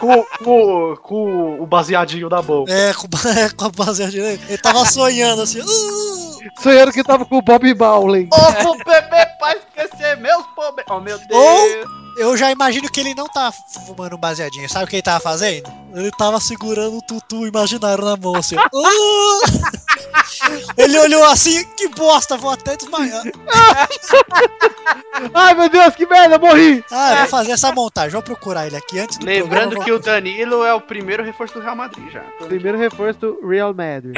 [SPEAKER 4] Com, com- com o baseadinho da boca.
[SPEAKER 3] É, com, com a base direita. Ele tava sonhando assim. "Uh,
[SPEAKER 5] Sonhando que tava com o Bob Bowling.
[SPEAKER 4] Ô, o bebê pra esquecer meus problemas. Oh, meu
[SPEAKER 3] Deus. eu já imagino que ele não tá fumando um baseadinho. Sabe o que ele tava fazendo? Ele tava segurando o tutu imaginário na mão, assim. "Uh, Ele olhou assim, que bosta, vou até desmaiar.
[SPEAKER 5] Ai, meu Deus, que merda, morri!
[SPEAKER 3] Ah, eu vou fazer essa montagem, vou procurar ele aqui antes do
[SPEAKER 4] Lembrando que
[SPEAKER 3] eu
[SPEAKER 4] o Danilo é o primeiro reforço do Real Madrid já.
[SPEAKER 5] Primeiro reforço do Real Madrid.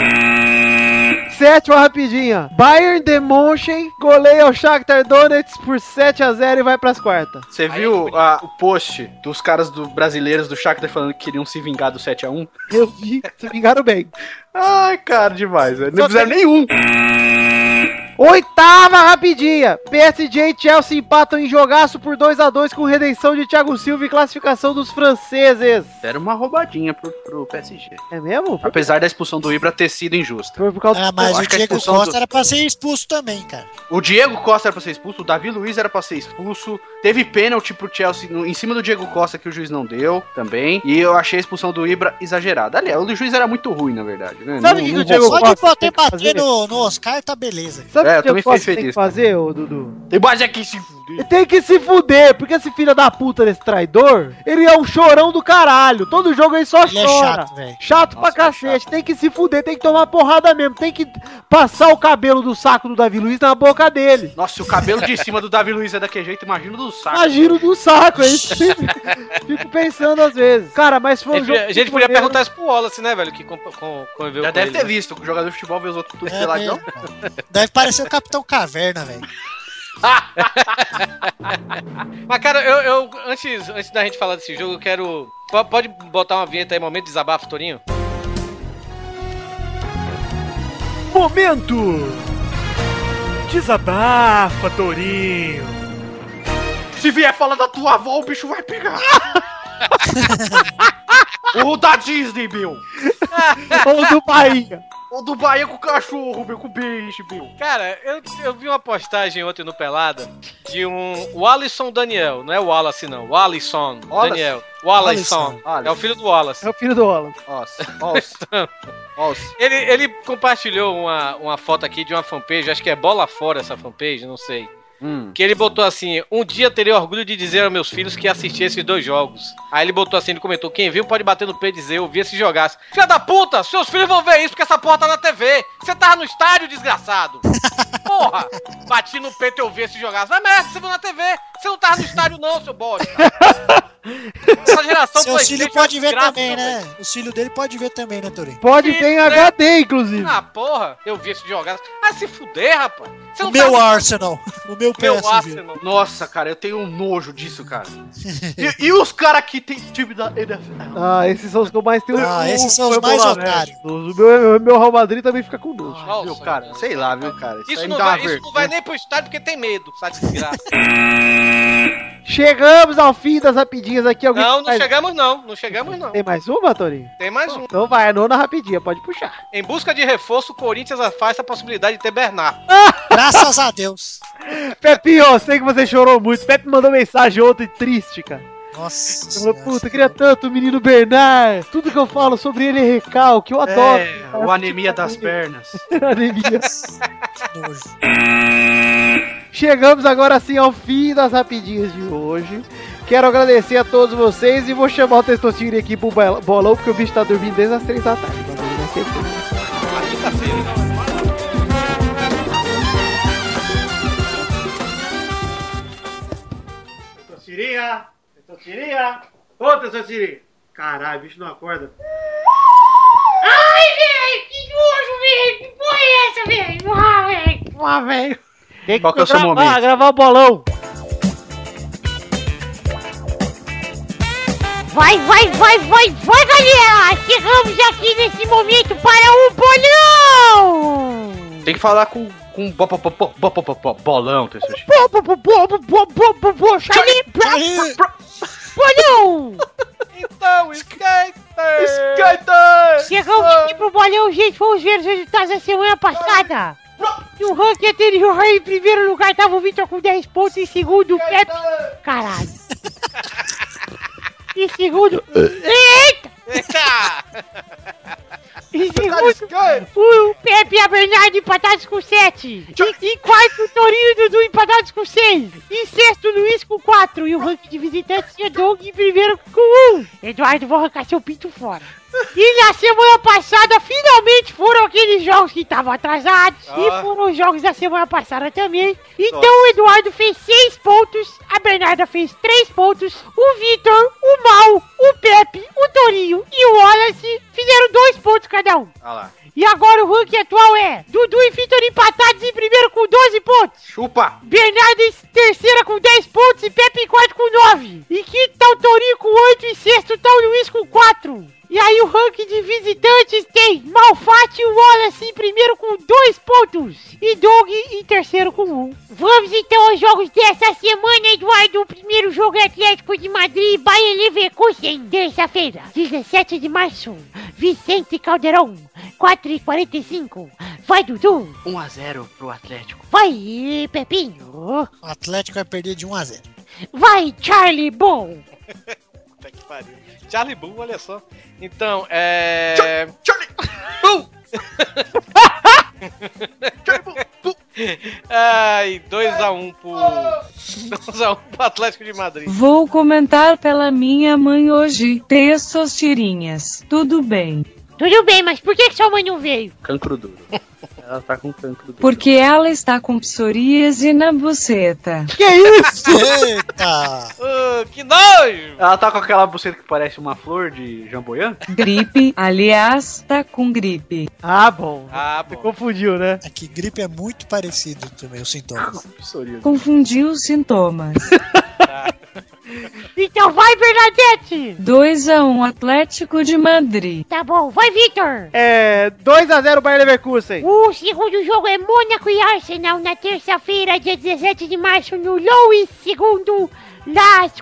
[SPEAKER 5] Sétima rapidinha. Bayern de München goleia o Shakhtar Donetsk por 7x0 e vai pras quartas.
[SPEAKER 4] Você viu a- o post dos caras do brasileiros do Shakhtar falando que queriam se vingar do 7x1?
[SPEAKER 5] Eu vi, se vingaram bem.
[SPEAKER 4] Ai, cara, demais, velho. Não
[SPEAKER 5] Só
[SPEAKER 4] fizeram nenhum.
[SPEAKER 5] Oitava rapidinha. PSG e Chelsea empatam em jogaço por 2x2 com redenção de Thiago Silva e classificação dos franceses.
[SPEAKER 4] Era uma roubadinha pro, pro PSG.
[SPEAKER 5] É mesmo? Por,
[SPEAKER 4] Apesar da expulsão do Ibra ter sido injusta.
[SPEAKER 5] por- por causa
[SPEAKER 3] Ah,
[SPEAKER 5] do...
[SPEAKER 4] eu
[SPEAKER 3] mas o
[SPEAKER 4] acho que a
[SPEAKER 3] Diego
[SPEAKER 4] expulsão
[SPEAKER 3] Costa
[SPEAKER 4] do-
[SPEAKER 3] era pra ser expulso também, cara.
[SPEAKER 4] O Diego Costa era pra ser expulso, o Davi Luiz era pra ser expulso. Teve pênalti pro Chelsea no- em cima do Diego Costa que o juiz não deu também. E eu achei a expulsão do Ibra exagerada. Aliás, o juiz era muito ruim, na verdade, né?
[SPEAKER 5] Sabe o
[SPEAKER 4] Não-
[SPEAKER 5] que que
[SPEAKER 4] não
[SPEAKER 5] o Diego
[SPEAKER 4] vou-
[SPEAKER 3] Só de
[SPEAKER 5] Costa
[SPEAKER 3] bater,
[SPEAKER 5] tem que fazer?
[SPEAKER 3] bater no, no Oscar tá beleza.
[SPEAKER 5] Sabe
[SPEAKER 4] É, eu
[SPEAKER 5] o que eu
[SPEAKER 4] também fiquei
[SPEAKER 5] posso tem
[SPEAKER 4] feliz.
[SPEAKER 5] que fazer, ô Dudu?
[SPEAKER 4] Tem mais aqui se fuder.
[SPEAKER 5] Tem que se fuder, porque esse filho da puta desse traidor, ele é um chorão do caralho. Todo jogo ele só
[SPEAKER 3] Ele é
[SPEAKER 5] Tá chora.
[SPEAKER 3] chato, velho.
[SPEAKER 5] Chato
[SPEAKER 4] Nossa,
[SPEAKER 5] pra
[SPEAKER 4] ele é
[SPEAKER 5] cacete, tem que se fuder, tem que tomar porrada mesmo, tem que passar o cabelo do saco do Davi Luiz na boca dele.
[SPEAKER 4] Nossa, se o cabelo de cima do Davi Luiz é daquele jeito, imagina o do saco.
[SPEAKER 5] A giro do saco, é isso. que eu Fico pensando às vezes. Cara, mas
[SPEAKER 6] A
[SPEAKER 5] foi um
[SPEAKER 6] gente,
[SPEAKER 5] jogo.
[SPEAKER 6] É a gente
[SPEAKER 5] muito
[SPEAKER 6] podia
[SPEAKER 5] maneiro.
[SPEAKER 6] perguntar isso pro Wallace, né, velho? Que com, com, conviveu
[SPEAKER 4] Já
[SPEAKER 6] com
[SPEAKER 4] deve
[SPEAKER 6] ele,
[SPEAKER 4] ter
[SPEAKER 6] né?
[SPEAKER 4] visto que o jogador de futebol vê os outros tudo então.
[SPEAKER 3] É
[SPEAKER 4] peladão.
[SPEAKER 3] mesmo, cara. Deve parecer o Capitão Caverna, velho.
[SPEAKER 6] Mas, cara, eu, eu- antes, antes da gente falar desse jogo, eu quero. po- Pode botar uma vinheta aí, momento de desabafo, Torinho?
[SPEAKER 7] Momento! Desabafa, Torinho!
[SPEAKER 4] Se vier falar da tua avó, o bicho vai pegar. o da Disney, meu.
[SPEAKER 5] Ou do Bahia.
[SPEAKER 4] O do Bahia com o cachorro, meu. Com o bicho, meu.
[SPEAKER 6] Cara, eu, eu vi uma postagem ontem no Pelada de um. O Alisson Daniel, não é o Wallace, não. O Alisson
[SPEAKER 4] Wallace?
[SPEAKER 6] Daniel. O Alisson.
[SPEAKER 4] Wallace.
[SPEAKER 6] É o filho do Wallace.
[SPEAKER 5] É o filho do Ola.
[SPEAKER 4] Nossa, nossa. nossa.
[SPEAKER 6] Ele, ele compartilhou uma, uma foto aqui de uma fanpage, acho que é Bola Fora essa fanpage, não sei.
[SPEAKER 4] Hum.
[SPEAKER 6] Que ele botou assim: Um dia terei orgulho de dizer aos meus filhos que assisti esses dois jogos. Aí ele botou assim: Ele comentou, quem viu pode bater no pé e dizer, eu vi esse jogaço. Filha da puta, seus filhos vão ver isso porque essa porra tá na TV. Você tava no estádio, desgraçado. Porra, bati no peito e eu vi esse jogaço. Vai merda, você viu na TV. Você não tava no estádio, não, seu bosta. Essa geração
[SPEAKER 3] Seus filhos
[SPEAKER 6] PlayStation é
[SPEAKER 3] podem ver
[SPEAKER 6] desgraça,
[SPEAKER 3] também,
[SPEAKER 6] velho.
[SPEAKER 3] né? Os filhos dele podem ver também, né, Torinho?
[SPEAKER 5] Pode
[SPEAKER 6] Que
[SPEAKER 5] ter em
[SPEAKER 6] tre-
[SPEAKER 5] HD, inclusive.
[SPEAKER 6] Ah, porra, eu vi esse jogado. Ah, se fuder, rapaz. Você
[SPEAKER 3] O
[SPEAKER 6] tá
[SPEAKER 3] meu
[SPEAKER 6] no
[SPEAKER 3] Arsenal. O meu
[SPEAKER 6] meu
[SPEAKER 3] PSV.
[SPEAKER 6] Arsenal.
[SPEAKER 4] Nossa, cara, eu tenho um nojo disso, cara. E, e os caras que tem time da NFL?
[SPEAKER 5] Ah, esses são os que eu mais tenho.
[SPEAKER 3] Ah,
[SPEAKER 5] O-
[SPEAKER 3] esses são
[SPEAKER 5] foi
[SPEAKER 3] os mais
[SPEAKER 5] bola, né?
[SPEAKER 3] otários.
[SPEAKER 5] O meu, o meu Real Madrid também fica com nojo.
[SPEAKER 6] Nossa,
[SPEAKER 4] Meu, cara, sei lá, viu, cara.
[SPEAKER 6] Isso,
[SPEAKER 4] aí me
[SPEAKER 6] não
[SPEAKER 4] dá uma
[SPEAKER 6] vai, isso não
[SPEAKER 4] vergonha.
[SPEAKER 6] vai nem pro estádio porque tem medo, sabe? Desgraça.
[SPEAKER 5] Chegamos ao fim das rapidinhas aqui. Alguém
[SPEAKER 6] não, não
[SPEAKER 5] mais-
[SPEAKER 6] chegamos não, não chegamos não.
[SPEAKER 5] Tem mais uma, Torinho?
[SPEAKER 6] Tem mais um.
[SPEAKER 5] Então vai, a nona rapidinha, pode puxar.
[SPEAKER 6] Em busca de reforço, o Corinthians afasta a possibilidade de ter Bernardo.
[SPEAKER 3] Graças a Deus.
[SPEAKER 5] Pepinho, eu sei que você chorou muito. Pepe mandou mensagem ontem triste, cara.
[SPEAKER 3] Nossa.
[SPEAKER 5] Ele falou,
[SPEAKER 3] Senhora.
[SPEAKER 5] puta, eu queria tanto o menino Bernard. Tudo que eu falo sobre ele é recalque, eu adoro.
[SPEAKER 4] É, o anemia das pernas.
[SPEAKER 5] anemia.
[SPEAKER 3] Que nojo.
[SPEAKER 5] Chegamos agora sim ao fim das rapidinhas de hoje. Quero agradecer a todos vocês e vou chamar o Testostini aqui pro bel- bolão, porque o bicho tá dormindo desde as três da tarde. Tá mas ele vai ser feio.
[SPEAKER 9] Tocirinha! Tocirinha! Ô, Tocirinha! Caralho, o bicho não acorda.
[SPEAKER 8] Ai, velho, que nojo, velho. Que porra é essa, velho? Ah, velho.
[SPEAKER 5] Ah, velho. Tem
[SPEAKER 4] Qual que é o seu
[SPEAKER 5] gravar, Ah,
[SPEAKER 4] momento?
[SPEAKER 5] gravar o bolão.
[SPEAKER 8] Vai, vai, vai, vai, vai, galera! Chegamos aqui nesse momento para o bolão!
[SPEAKER 4] Tem que falar com, com bo- bo- bo- bo- bo- bo- bo- bo- bolão, Tessio.
[SPEAKER 8] Pô, pô, pô, pô, pô, pô, pô, pô, pô, Charlie, pra-
[SPEAKER 3] Aí,
[SPEAKER 8] bolão!
[SPEAKER 6] Então, skater!
[SPEAKER 8] Chegamos aqui pro bolão, gente, vamos ver os resultados da semana passada. No ranking anterior, em primeiro lugar, tava o Vitor com 10 pontos, em segundo, o Pepe... Caralho. Em segundo... Eita!
[SPEAKER 6] Eita!
[SPEAKER 5] tá
[SPEAKER 8] Em segundo, o Pepe um Pepe e a Bernardo empatados com 7. Em, em quarto, o Torinho e o Dudu empatados com 6. Em sexto, o Luiz com 4. E o ranking de visitantes tinha Doug em primeiro com 1. Eduardo, vou arrancar seu pinto fora. E na semana passada, finalmente foram aqueles jogos que estavam atrasados. E
[SPEAKER 6] Ah.
[SPEAKER 8] foram os jogos da semana passada também. Então o Eduardo fez 6 pontos, a Bernarda fez 3 pontos, o Vitor, o Mal, o Pepe, o Torinho e o Wallace fizeram 2 pontos cada um.
[SPEAKER 6] Olha lá.
[SPEAKER 8] E agora o ranking atual é Dudu e Vitor empatados em primeiro com 12 pontos.
[SPEAKER 4] Chupa!
[SPEAKER 8] Bernardo em terceira com 10 pontos e Pepe em quarto com 9. Em quinto tá o Torinho com 8 e sexto tá o Luiz com 4. E aí o ranking de visitantes tem Malfatti e Wallace em primeiro com 2 pontos. E Doug em terceiro com 1. Vamos então aos jogos dessa semana, Eduardo. O primeiro jogo é Atlético de Madrid e Bayern Leverkusen. Terça-feira, 17 de março. Vicente Caldeirão, 4h45. Vai, Dudu.
[SPEAKER 4] 1x0 pro Atlético.
[SPEAKER 8] Vai, Pepinho.
[SPEAKER 3] O Atlético vai perder de 1 a 0.
[SPEAKER 8] Vai, Charlie Bom!
[SPEAKER 6] Puta que pariu. Charlie Bull, olha só. Então, é.
[SPEAKER 4] Charlie!
[SPEAKER 6] Ai, 2x1 pro. 2x1 pro Atlético de Madrid.
[SPEAKER 10] Vou comentar pela minha mãe hoje. Textos tirinhas. Tudo bem.
[SPEAKER 8] Tudo bem, mas por que, que sua mãe não veio?
[SPEAKER 4] Cancro duro. Ela tá com cancro duro.
[SPEAKER 10] Porque ela está com psoríase na buceta.
[SPEAKER 3] Eita!
[SPEAKER 6] Ah, que nojo!
[SPEAKER 4] Ela tá com aquela buceta que parece uma flor de jamboiã?
[SPEAKER 10] Gripe, aliás, tá com gripe.
[SPEAKER 5] Ah, bom.
[SPEAKER 6] Ah,
[SPEAKER 5] Você
[SPEAKER 6] bom.
[SPEAKER 5] confundiu, né?
[SPEAKER 3] É que gripe é muito parecido também, os sintomas.
[SPEAKER 4] Psoríase.
[SPEAKER 10] Confundiu os sintomas.
[SPEAKER 8] Então vai, Bernadette!
[SPEAKER 10] 2 a 1 Atlético de Madrid.
[SPEAKER 8] Tá bom, vai, Victor!
[SPEAKER 5] É. 2x0 Bayern Leverkusen.
[SPEAKER 8] O segundo jogo é Mônaco e Arsenal na terça-feira, dia 17 de março, no Louis II, nas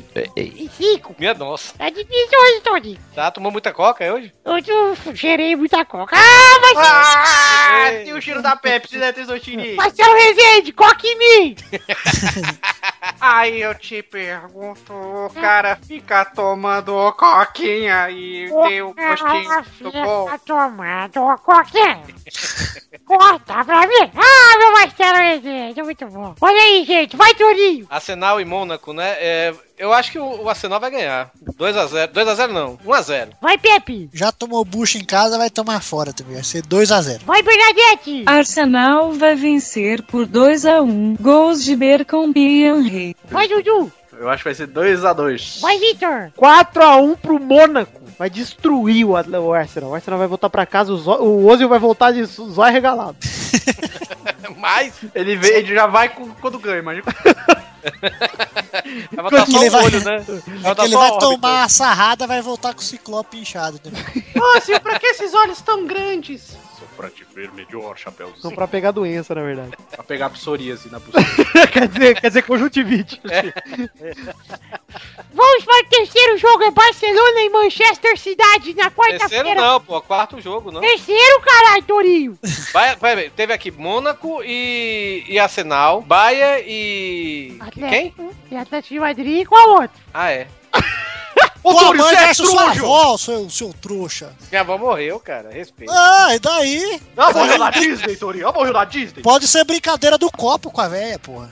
[SPEAKER 8] 4h45.
[SPEAKER 6] Minha nossa.
[SPEAKER 8] Tá difícil hoje, Tony.
[SPEAKER 6] Tá, tomou muita coca hoje?
[SPEAKER 8] Hoje eu cheirei muita coca. Ah, mas...
[SPEAKER 4] Ah, tem o cheiro da Pepsi, né, Tesotini?
[SPEAKER 8] Marcelo é Rezende, coca em mim!
[SPEAKER 4] Aí eu te pergunto, o cara fica tomando coquinha e tem o
[SPEAKER 8] Ah,
[SPEAKER 4] gostinho do
[SPEAKER 8] filha,
[SPEAKER 4] bom.
[SPEAKER 8] tá tomando uma coquinha. Corta pra mim. Ah, meu Marcelo Rezende, é muito bom. Olha aí, gente, vai, Torinho.
[SPEAKER 6] Arsenal e Mônaco, né? É, eu acho que o, o Arsenal vai ganhar. 2x0. 2x0 não. 1x0.
[SPEAKER 8] Vai, Pepe.
[SPEAKER 3] Já tomou bucha em casa, vai tomar fora também. Vai ser 2 a 0.
[SPEAKER 8] Vai, Bernadette.
[SPEAKER 10] Arsenal vai vencer por 2 a 1 Gols de Bergkamp e Henry.
[SPEAKER 8] Vai, Dudu.
[SPEAKER 4] Eu acho que vai ser 2x2.
[SPEAKER 8] Vai, Victor.
[SPEAKER 5] 4x1 pro Mônaco. Vai destruir o, Atl- o Arsenal. O Arsenal vai voltar pra casa, o, Zó- o Ozil vai voltar de zo- zóio regalado.
[SPEAKER 6] Mas
[SPEAKER 4] Ele, vê, ele já vai com, quando ganha, imagina.
[SPEAKER 6] vai botar
[SPEAKER 3] que
[SPEAKER 6] só
[SPEAKER 3] ele
[SPEAKER 6] o
[SPEAKER 3] vai-
[SPEAKER 6] olho, né? Vai
[SPEAKER 3] É que
[SPEAKER 6] botar
[SPEAKER 3] ele
[SPEAKER 6] só a
[SPEAKER 3] vai
[SPEAKER 6] órbita.
[SPEAKER 3] tomar a sarrada, vai voltar com o ciclope inchado né? também.
[SPEAKER 4] Nossa, pra que esses olhos tão grandes?
[SPEAKER 1] Só pra te ver melhor,
[SPEAKER 5] São
[SPEAKER 1] Chapeuzinho.
[SPEAKER 5] pra pegar doença, na verdade.
[SPEAKER 4] Pra pegar psoríase na buceta.
[SPEAKER 5] quer, dizer, quer dizer, conjuntivite.
[SPEAKER 8] Vamos para o terceiro jogo. É Barcelona e Manchester Cidade na
[SPEAKER 6] Terceiro
[SPEAKER 8] quarta-feira.
[SPEAKER 6] não, pô. Quarto jogo, não.
[SPEAKER 8] Terceiro, caralho, Torinho.
[SPEAKER 6] Vai, vai, vai. Teve aqui Mônaco e, e Arsenal. Baia e. Quem?
[SPEAKER 8] Atlético- E Atlético de Madrid e qual outro?
[SPEAKER 6] Ah, é.
[SPEAKER 4] Ô,
[SPEAKER 3] Tua
[SPEAKER 4] Túlio,
[SPEAKER 3] mãe
[SPEAKER 4] você é
[SPEAKER 3] versus sua
[SPEAKER 4] trouxa!
[SPEAKER 3] avó, seu, seu trouxa.
[SPEAKER 6] Minha avó morreu, cara. Respeito.
[SPEAKER 3] Ah, e daí?
[SPEAKER 4] Ela morreu na Disney, Torinho. Ela morreu na Disney.
[SPEAKER 3] Pode ser brincadeira do copo com a véia, porra.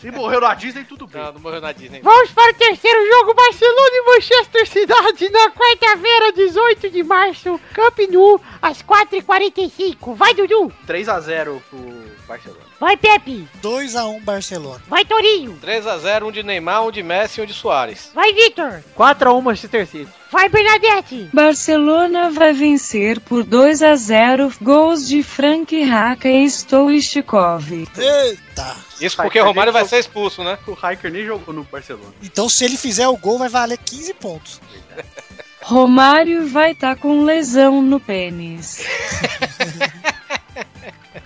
[SPEAKER 4] Se morreu na Disney, tudo bem.
[SPEAKER 6] Não, não morreu na Disney.
[SPEAKER 8] Vamos para o terceiro jogo, Barcelona e Manchester Cidade, na quarta-feira, 18 de março, Camp Nou, às 4h45. Vai, Dudu!
[SPEAKER 4] 3x0 pro Barcelona.
[SPEAKER 8] Vai, Pepe!
[SPEAKER 3] 2 a 1 Barcelona.
[SPEAKER 8] Vai, Torinho!
[SPEAKER 6] 3x0, um de Neymar, um de Messi e um de Soares.
[SPEAKER 8] Vai, Vitor!
[SPEAKER 5] 4x1 Manchester City.
[SPEAKER 8] Vai, Bernadette!
[SPEAKER 10] Barcelona vai vencer por 2 a 0 Gols de Frank Raka e Stoichkov.
[SPEAKER 3] Eita.
[SPEAKER 6] Isso porque o Romário vai ser expulso, né?
[SPEAKER 4] O Hiker nem jogou no Barcelona.
[SPEAKER 3] Então se ele fizer o gol vai valer 15 pontos.
[SPEAKER 10] Romário vai estar com lesão no pênis.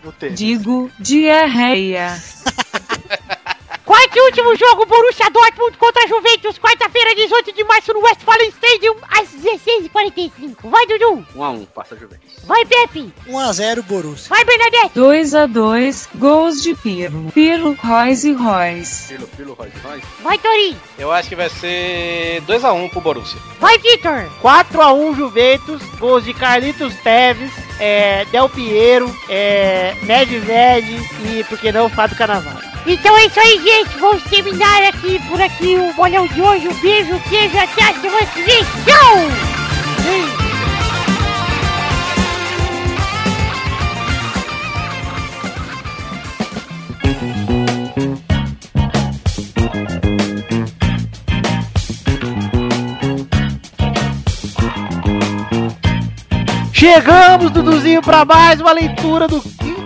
[SPEAKER 4] No T.
[SPEAKER 10] Digo, diarreia.
[SPEAKER 8] Quarto e último o jogo Borussia Dortmund contra Juventus, quarta-feira, 18 de março, no Westfalen Stadium, às 16h45. Vai, Dudu!
[SPEAKER 4] 1x1, passa Um a Juventus.
[SPEAKER 8] Vai, Pepe!
[SPEAKER 3] 1x0 Borussia.
[SPEAKER 8] Vai, Bernadette!
[SPEAKER 10] 2 a 2 gols de Pirlo. Pirlo, Royce e Royce.
[SPEAKER 4] Pelo, pelo, Royce, vai.
[SPEAKER 8] Vai, Torinho!
[SPEAKER 6] Eu acho que vai ser 2x1 pro Borussia.
[SPEAKER 8] Vai, Vitor!
[SPEAKER 5] 4x1 Juventus, gols de Carlitos Teves, é, Del Piero, é, Medved e, por que não, Fábio Carnaval.
[SPEAKER 8] Então é isso aí, gente. Vamos terminar aqui por aqui o bolão de hoje. Um beijo, queijo, até a semana que vem. Tchau!
[SPEAKER 5] Chegamos, Duduzinho, pra mais uma leitura do.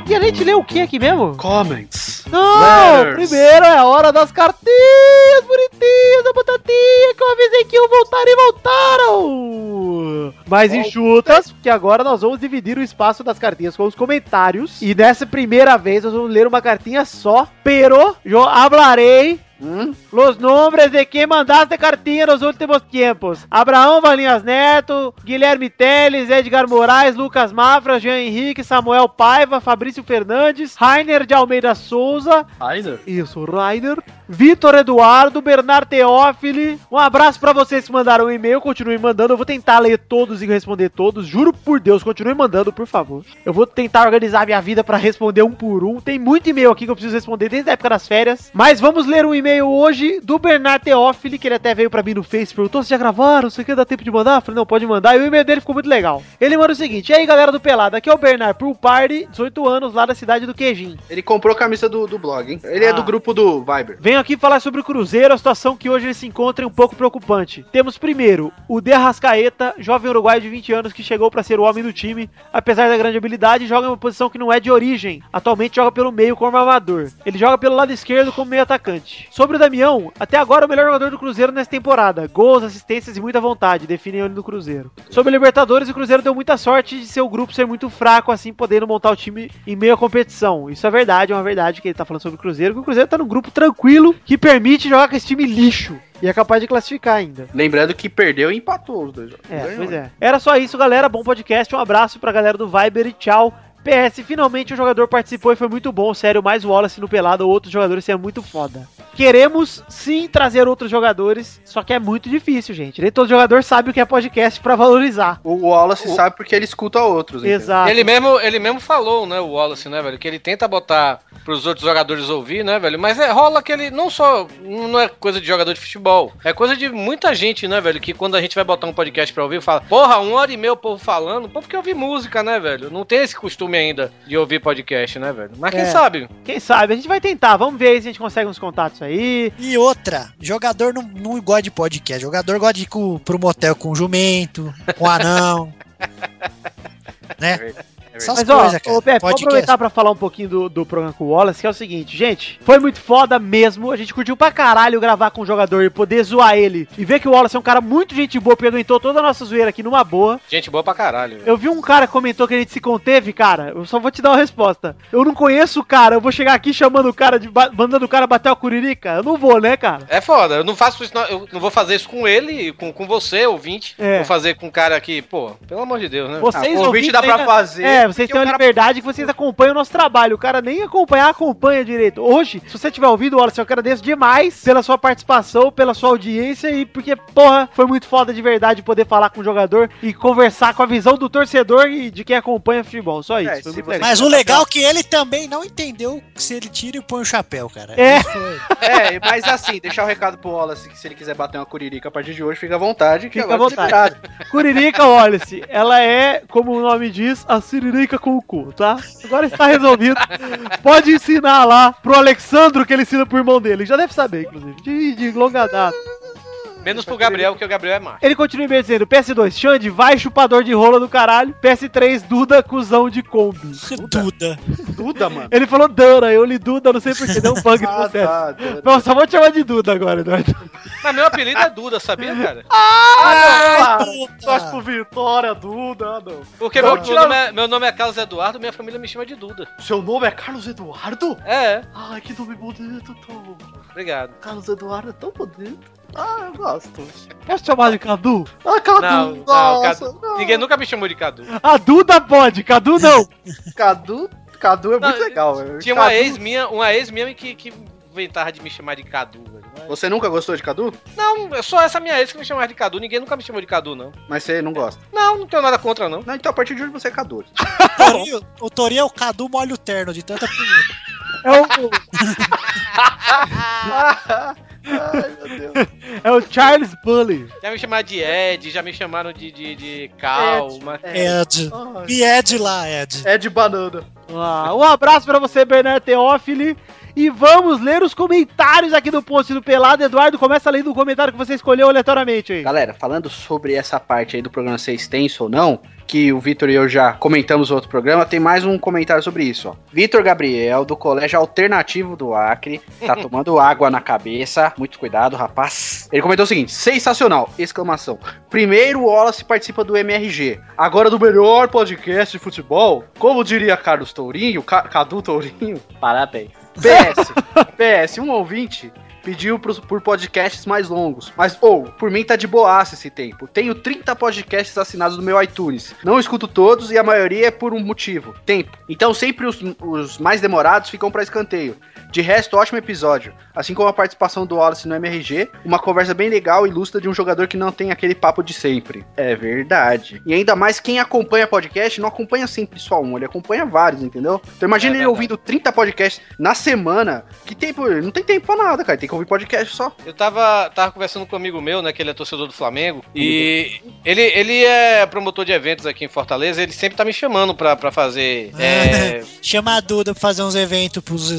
[SPEAKER 5] E a gente lê o que aqui mesmo?
[SPEAKER 6] Comments.
[SPEAKER 5] Não!
[SPEAKER 6] Letters.
[SPEAKER 5] Primeiro é a hora das cartinhas bonitinhas da batatinha que eu avisei que iam voltar e voltaram! Mas enxutas, porque agora nós vamos dividir o espaço das cartinhas com os comentários. E nessa primeira vez nós vamos ler uma cartinha só. Pero, yo hablarei
[SPEAKER 4] Hum?
[SPEAKER 5] Los nombres de quem mandaste cartinha nos últimos tempos. Abraão Valinhas Neto, Guilherme Teles, Edgar Moraes, Lucas Mafra, Jean Henrique, Samuel Paiva, Fabrício Fernandes, Rainer de Almeida Souza,
[SPEAKER 4] Ainda?
[SPEAKER 5] isso, Rainer, Vitor Eduardo, Bernardo Teófili. Um abraço pra vocês que mandaram o e-mail, continuem mandando. Eu vou tentar ler todos e responder todos. Juro por Deus, continue mandando, por favor. Eu vou tentar organizar minha vida pra responder um por um. Tem muito e-mail aqui que eu preciso responder desde a época das férias. Mas vamos ler um e-mail hoje do Bernardo Teófili, que ele até veio pra mim no Face, perguntou se já gravaram, sei o que, dá tempo de mandar? Eu falei, não, pode mandar. E o e-mail dele ficou muito legal. Ele manda o seguinte: E aí, galera do Pelado, aqui é o Bernardo Pool Party, 18 anos, lá da cidade do Queijinho.
[SPEAKER 4] Ele comprou a camisa do, do blog, hein? Ele
[SPEAKER 5] Ah.
[SPEAKER 4] é do grupo do Viber.
[SPEAKER 5] Venho aqui falar sobre o Cruzeiro, a situação que hoje ele se encontra é um pouco preocupante. Temos primeiro o De Arrascaeta, jovem uruguaio de 20 anos que chegou para ser o homem do time. Apesar da grande habilidade, joga em uma posição que não é de origem. Atualmente joga pelo meio como armador. Ele joga pelo lado esquerdo como meio atacante. Sobre o Damião, até agora o melhor jogador do Cruzeiro nessa temporada. Gols, assistências e muita vontade, definem ele no Cruzeiro. Sobre o Libertadores, o Cruzeiro deu muita sorte de seu grupo ser muito fraco, assim podendo montar o time em meio à competição. Isso é verdade, é uma verdade que ele tá falando sobre o Cruzeiro, que o Cruzeiro tá num grupo tranquilo que permite jogar com esse time lixo. E é capaz de classificar ainda.
[SPEAKER 4] Lembrando que perdeu e empatou os dois jogos.
[SPEAKER 5] É,
[SPEAKER 4] Ganhou, né?
[SPEAKER 5] pois
[SPEAKER 4] hein?
[SPEAKER 5] é. Era só isso, galera. Bom podcast. Um abraço pra galera do Viber e tchau. PS, finalmente o jogador participou e foi muito bom. Sério, mais Wallace no pelado ou outros jogadores seria é muito foda. Queremos sim trazer outros jogadores, só que é muito difícil, gente. Nem todo jogador sabe o que é podcast pra valorizar.
[SPEAKER 4] O Wallace
[SPEAKER 6] O-
[SPEAKER 4] sabe porque ele escuta outros. entendeu?
[SPEAKER 5] Exato.
[SPEAKER 6] Ele mesmo, ele mesmo falou, né, o Wallace, né, velho, que ele tenta botar pros outros jogadores ouvir, né, velho, mas é, rola que ele não só, não é coisa de jogador de futebol, é coisa de muita gente, né, velho, que quando a gente vai botar um podcast pra ouvir, fala, porra, uma hora e meia o povo falando, pô, porque ouvir música, né, velho, não tem esse costume ainda de ouvir podcast, né, velho, mas quem
[SPEAKER 5] É.
[SPEAKER 6] sabe,
[SPEAKER 5] Quem sabe? A gente vai tentar. Vamos ver aí se a gente consegue uns contatos aí.
[SPEAKER 3] E outra, jogador não, não gosta de podcast. Jogador gosta de ir com, pro motel com jumento, com anão. né? Essas
[SPEAKER 5] Mas, ó,
[SPEAKER 3] coisas, cara.
[SPEAKER 5] ô, Pepe, vou
[SPEAKER 3] podcast.
[SPEAKER 5] aproveitar pra falar um pouquinho do, do programa com o Wallace, que é o seguinte, gente, foi muito foda mesmo, a gente curtiu pra caralho gravar com o jogador e poder zoar ele, e ver que o Wallace é um cara muito gente boa, perguntou toda a nossa zoeira aqui numa boa.
[SPEAKER 6] gente boa pra caralho, velho.
[SPEAKER 5] Eu vi um cara que comentou que a gente se conteve, cara, eu só vou te dar uma resposta. Eu não conheço o cara, eu vou chegar aqui chamando o cara, de ba- mandando o cara bater a curirica? Eu não vou, né, cara?
[SPEAKER 6] É foda, eu não faço isso, não, eu não vou fazer isso com ele, com, com você, ouvinte.
[SPEAKER 5] É.
[SPEAKER 6] Vou fazer com um cara que, pô, pelo amor de Deus, né?
[SPEAKER 5] Vocês
[SPEAKER 4] Ah, convite
[SPEAKER 5] ouvintes
[SPEAKER 4] dá pra
[SPEAKER 5] ainda-
[SPEAKER 4] fazer.
[SPEAKER 5] É, vocês
[SPEAKER 4] porque
[SPEAKER 5] têm
[SPEAKER 4] o
[SPEAKER 5] a
[SPEAKER 4] cara-
[SPEAKER 5] liberdade que vocês acompanham o nosso trabalho. O cara nem acompanhar, acompanha direito. Hoje, se você tiver ouvido, Wallace, eu agradeço demais pela sua participação, pela sua audiência e porque, porra, foi muito foda de verdade poder falar com o jogador e conversar com a visão do torcedor e de quem acompanha futebol. Só isso.
[SPEAKER 4] É,
[SPEAKER 5] foi
[SPEAKER 4] se
[SPEAKER 5] muito
[SPEAKER 4] você-
[SPEAKER 5] legal.
[SPEAKER 3] Mas o legal é que ele também não entendeu se ele tira e põe o chapéu, cara.
[SPEAKER 5] É.
[SPEAKER 3] Foi.
[SPEAKER 4] É, mas assim, deixar o recado pro Wallace que se ele quiser bater uma curirica a partir de hoje, fica à vontade. que
[SPEAKER 5] Fica
[SPEAKER 4] agora
[SPEAKER 5] à
[SPEAKER 4] é
[SPEAKER 5] vontade. Curirica Wallace, ela é, como o nome diz, a siririca com o cu, tá? Agora está resolvido. Pode ensinar lá pro Alexandro que ele ensina pro irmão dele. Já deve saber, inclusive, de, de longa data.
[SPEAKER 6] Menos pro Gabriel, que o Gabriel é macho.
[SPEAKER 5] Ele continua me dizendo: PS2, Xande, vai chupador de rola do caralho. PS3, Duda, cuzão de Kombi.
[SPEAKER 3] Duda.
[SPEAKER 4] Duda, mano.
[SPEAKER 5] Ele falou Dana, eu li Duda, não sei porquê, deu um bug no
[SPEAKER 4] Ah,
[SPEAKER 5] processo.
[SPEAKER 4] tá, Duda.
[SPEAKER 5] Nossa, só vou te chamar de Duda agora, Eduardo.
[SPEAKER 6] Mas meu apelido é Duda, sabia, cara?
[SPEAKER 4] Ah, não, ah, Torce pro Vitória, Duda, ah, não.
[SPEAKER 6] Porque
[SPEAKER 4] Não,
[SPEAKER 6] meu, meu
[SPEAKER 4] tira-
[SPEAKER 6] nome é, meu nome é Carlos Eduardo, minha família me chama de Duda.
[SPEAKER 4] Seu nome é Carlos Eduardo?
[SPEAKER 6] É,
[SPEAKER 4] Ai, que nome bonito, Tom.
[SPEAKER 6] obrigado.
[SPEAKER 4] Carlos Eduardo é tão bonito. Ah, eu gosto.
[SPEAKER 5] Posso chamar de Cadu?
[SPEAKER 4] Ah, Cadu,
[SPEAKER 6] Não, não,
[SPEAKER 4] nossa.
[SPEAKER 6] Cadu.
[SPEAKER 4] não.
[SPEAKER 6] Ninguém nunca me chamou de Cadu.
[SPEAKER 5] A Duda pode, Cadu não.
[SPEAKER 4] Cadu, Cadu é
[SPEAKER 6] Não,
[SPEAKER 4] muito legal. velho.
[SPEAKER 6] Tinha uma
[SPEAKER 4] Cadu-
[SPEAKER 6] ex minha, uma ex minha que, que inventava de me chamar de Cadu, velho. Mas-
[SPEAKER 4] Você nunca gostou de Cadu?
[SPEAKER 6] Não, é só essa minha ex que me chamava de Cadu, ninguém nunca me chamou de Cadu, não.
[SPEAKER 4] Mas você não gosta.
[SPEAKER 6] Não, não tenho nada contra, não.
[SPEAKER 4] Não, então a partir de hoje você é Cadu.
[SPEAKER 3] Torinho- o Torinho é o Cadu molho terno de tanta pimenta.
[SPEAKER 5] É o,
[SPEAKER 4] Ai, meu Deus.
[SPEAKER 5] é o Charles Bully.
[SPEAKER 6] Já me chamaram de Ed, já me chamaram de, de, de Cal,
[SPEAKER 4] É,
[SPEAKER 6] mas...
[SPEAKER 4] tipo,
[SPEAKER 3] Ed.
[SPEAKER 4] Ai.
[SPEAKER 3] Me Ed lá, Ed.
[SPEAKER 4] É de banana.
[SPEAKER 5] Ah, um abraço pra você, Bernardo Teófili. E vamos ler os comentários aqui do post do Pelado. Eduardo, começa lendo o comentário que você escolheu aleatoriamente aí.
[SPEAKER 4] Galera, falando sobre essa parte aí do programa ser extenso ou não, que o Vitor e eu já comentamos no outro programa, tem mais um comentário sobre isso. ó. Vitor Gabriel, do Colégio Alternativo do Acre, tá tomando água na cabeça. Muito cuidado, rapaz. Ele comentou o seguinte: sensacional! Exclamação. Primeiro, o Wallace participa do MRG. Agora do melhor podcast de futebol. Como diria Carlos Tourinho, Ca- Cadu Tourinho. Parabéns. PS, PS, um ouvinte pediu pros- por podcasts mais longos. Mas, ou, por mim tá de boaça esse tempo. Tenho 30 podcasts assinados no meu iTunes. Não escuto todos e a maioria é por um motivo: tempo. Então, sempre os, os mais demorados ficam pra escanteio. De resto, ótimo episódio. Assim como a participação do Wallace no MRG, uma conversa bem legal e lúcida de um jogador que não tem aquele papo de sempre. É verdade. E ainda mais quem acompanha podcast não acompanha sempre só um, ele acompanha vários, entendeu? Então imagina ele
[SPEAKER 6] É verdade.
[SPEAKER 4] ouvindo 30 podcasts na semana. Que tempo? Ele não tem tempo pra nada, cara. Tem que ouvir podcast só.
[SPEAKER 6] Eu tava, tava conversando com um amigo meu, né, que ele é torcedor do Flamengo, e ele, ele é promotor de eventos aqui em Fortaleza, ele sempre tá me chamando pra, pra fazer...
[SPEAKER 4] Ah.
[SPEAKER 6] é,
[SPEAKER 3] Chama a Duda pra fazer uns eventos pros,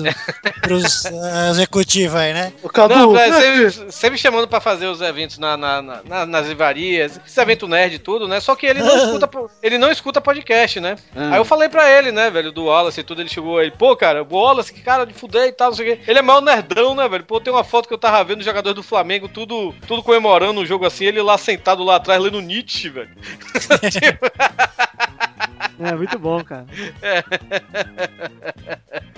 [SPEAKER 3] pros eh, executivos aí, né?
[SPEAKER 4] Ô, Cadu,
[SPEAKER 6] Não, pra- sempre, sempre chamando pra fazer os eventos na, na- na- na- nas livrarias, esse evento nerd e tudo, né? Só que ele não escuta, po- ele não escuta podcast, né?
[SPEAKER 4] Ah.
[SPEAKER 6] Aí eu falei pra ele, né, velho, do Wallace e tudo, ele chegou aí, pô, cara, o Wallace, que cara de fuder e tal, não sei o quê. Ele é maior nerdão, né, velho? Pô, tem uma foto que eu tava vendo, os jogadores do Flamengo, tudo, tudo comemorando o jogo assim, ele lá sentado lá atrás lendo Nietzsche, velho.
[SPEAKER 5] É, muito bom, cara.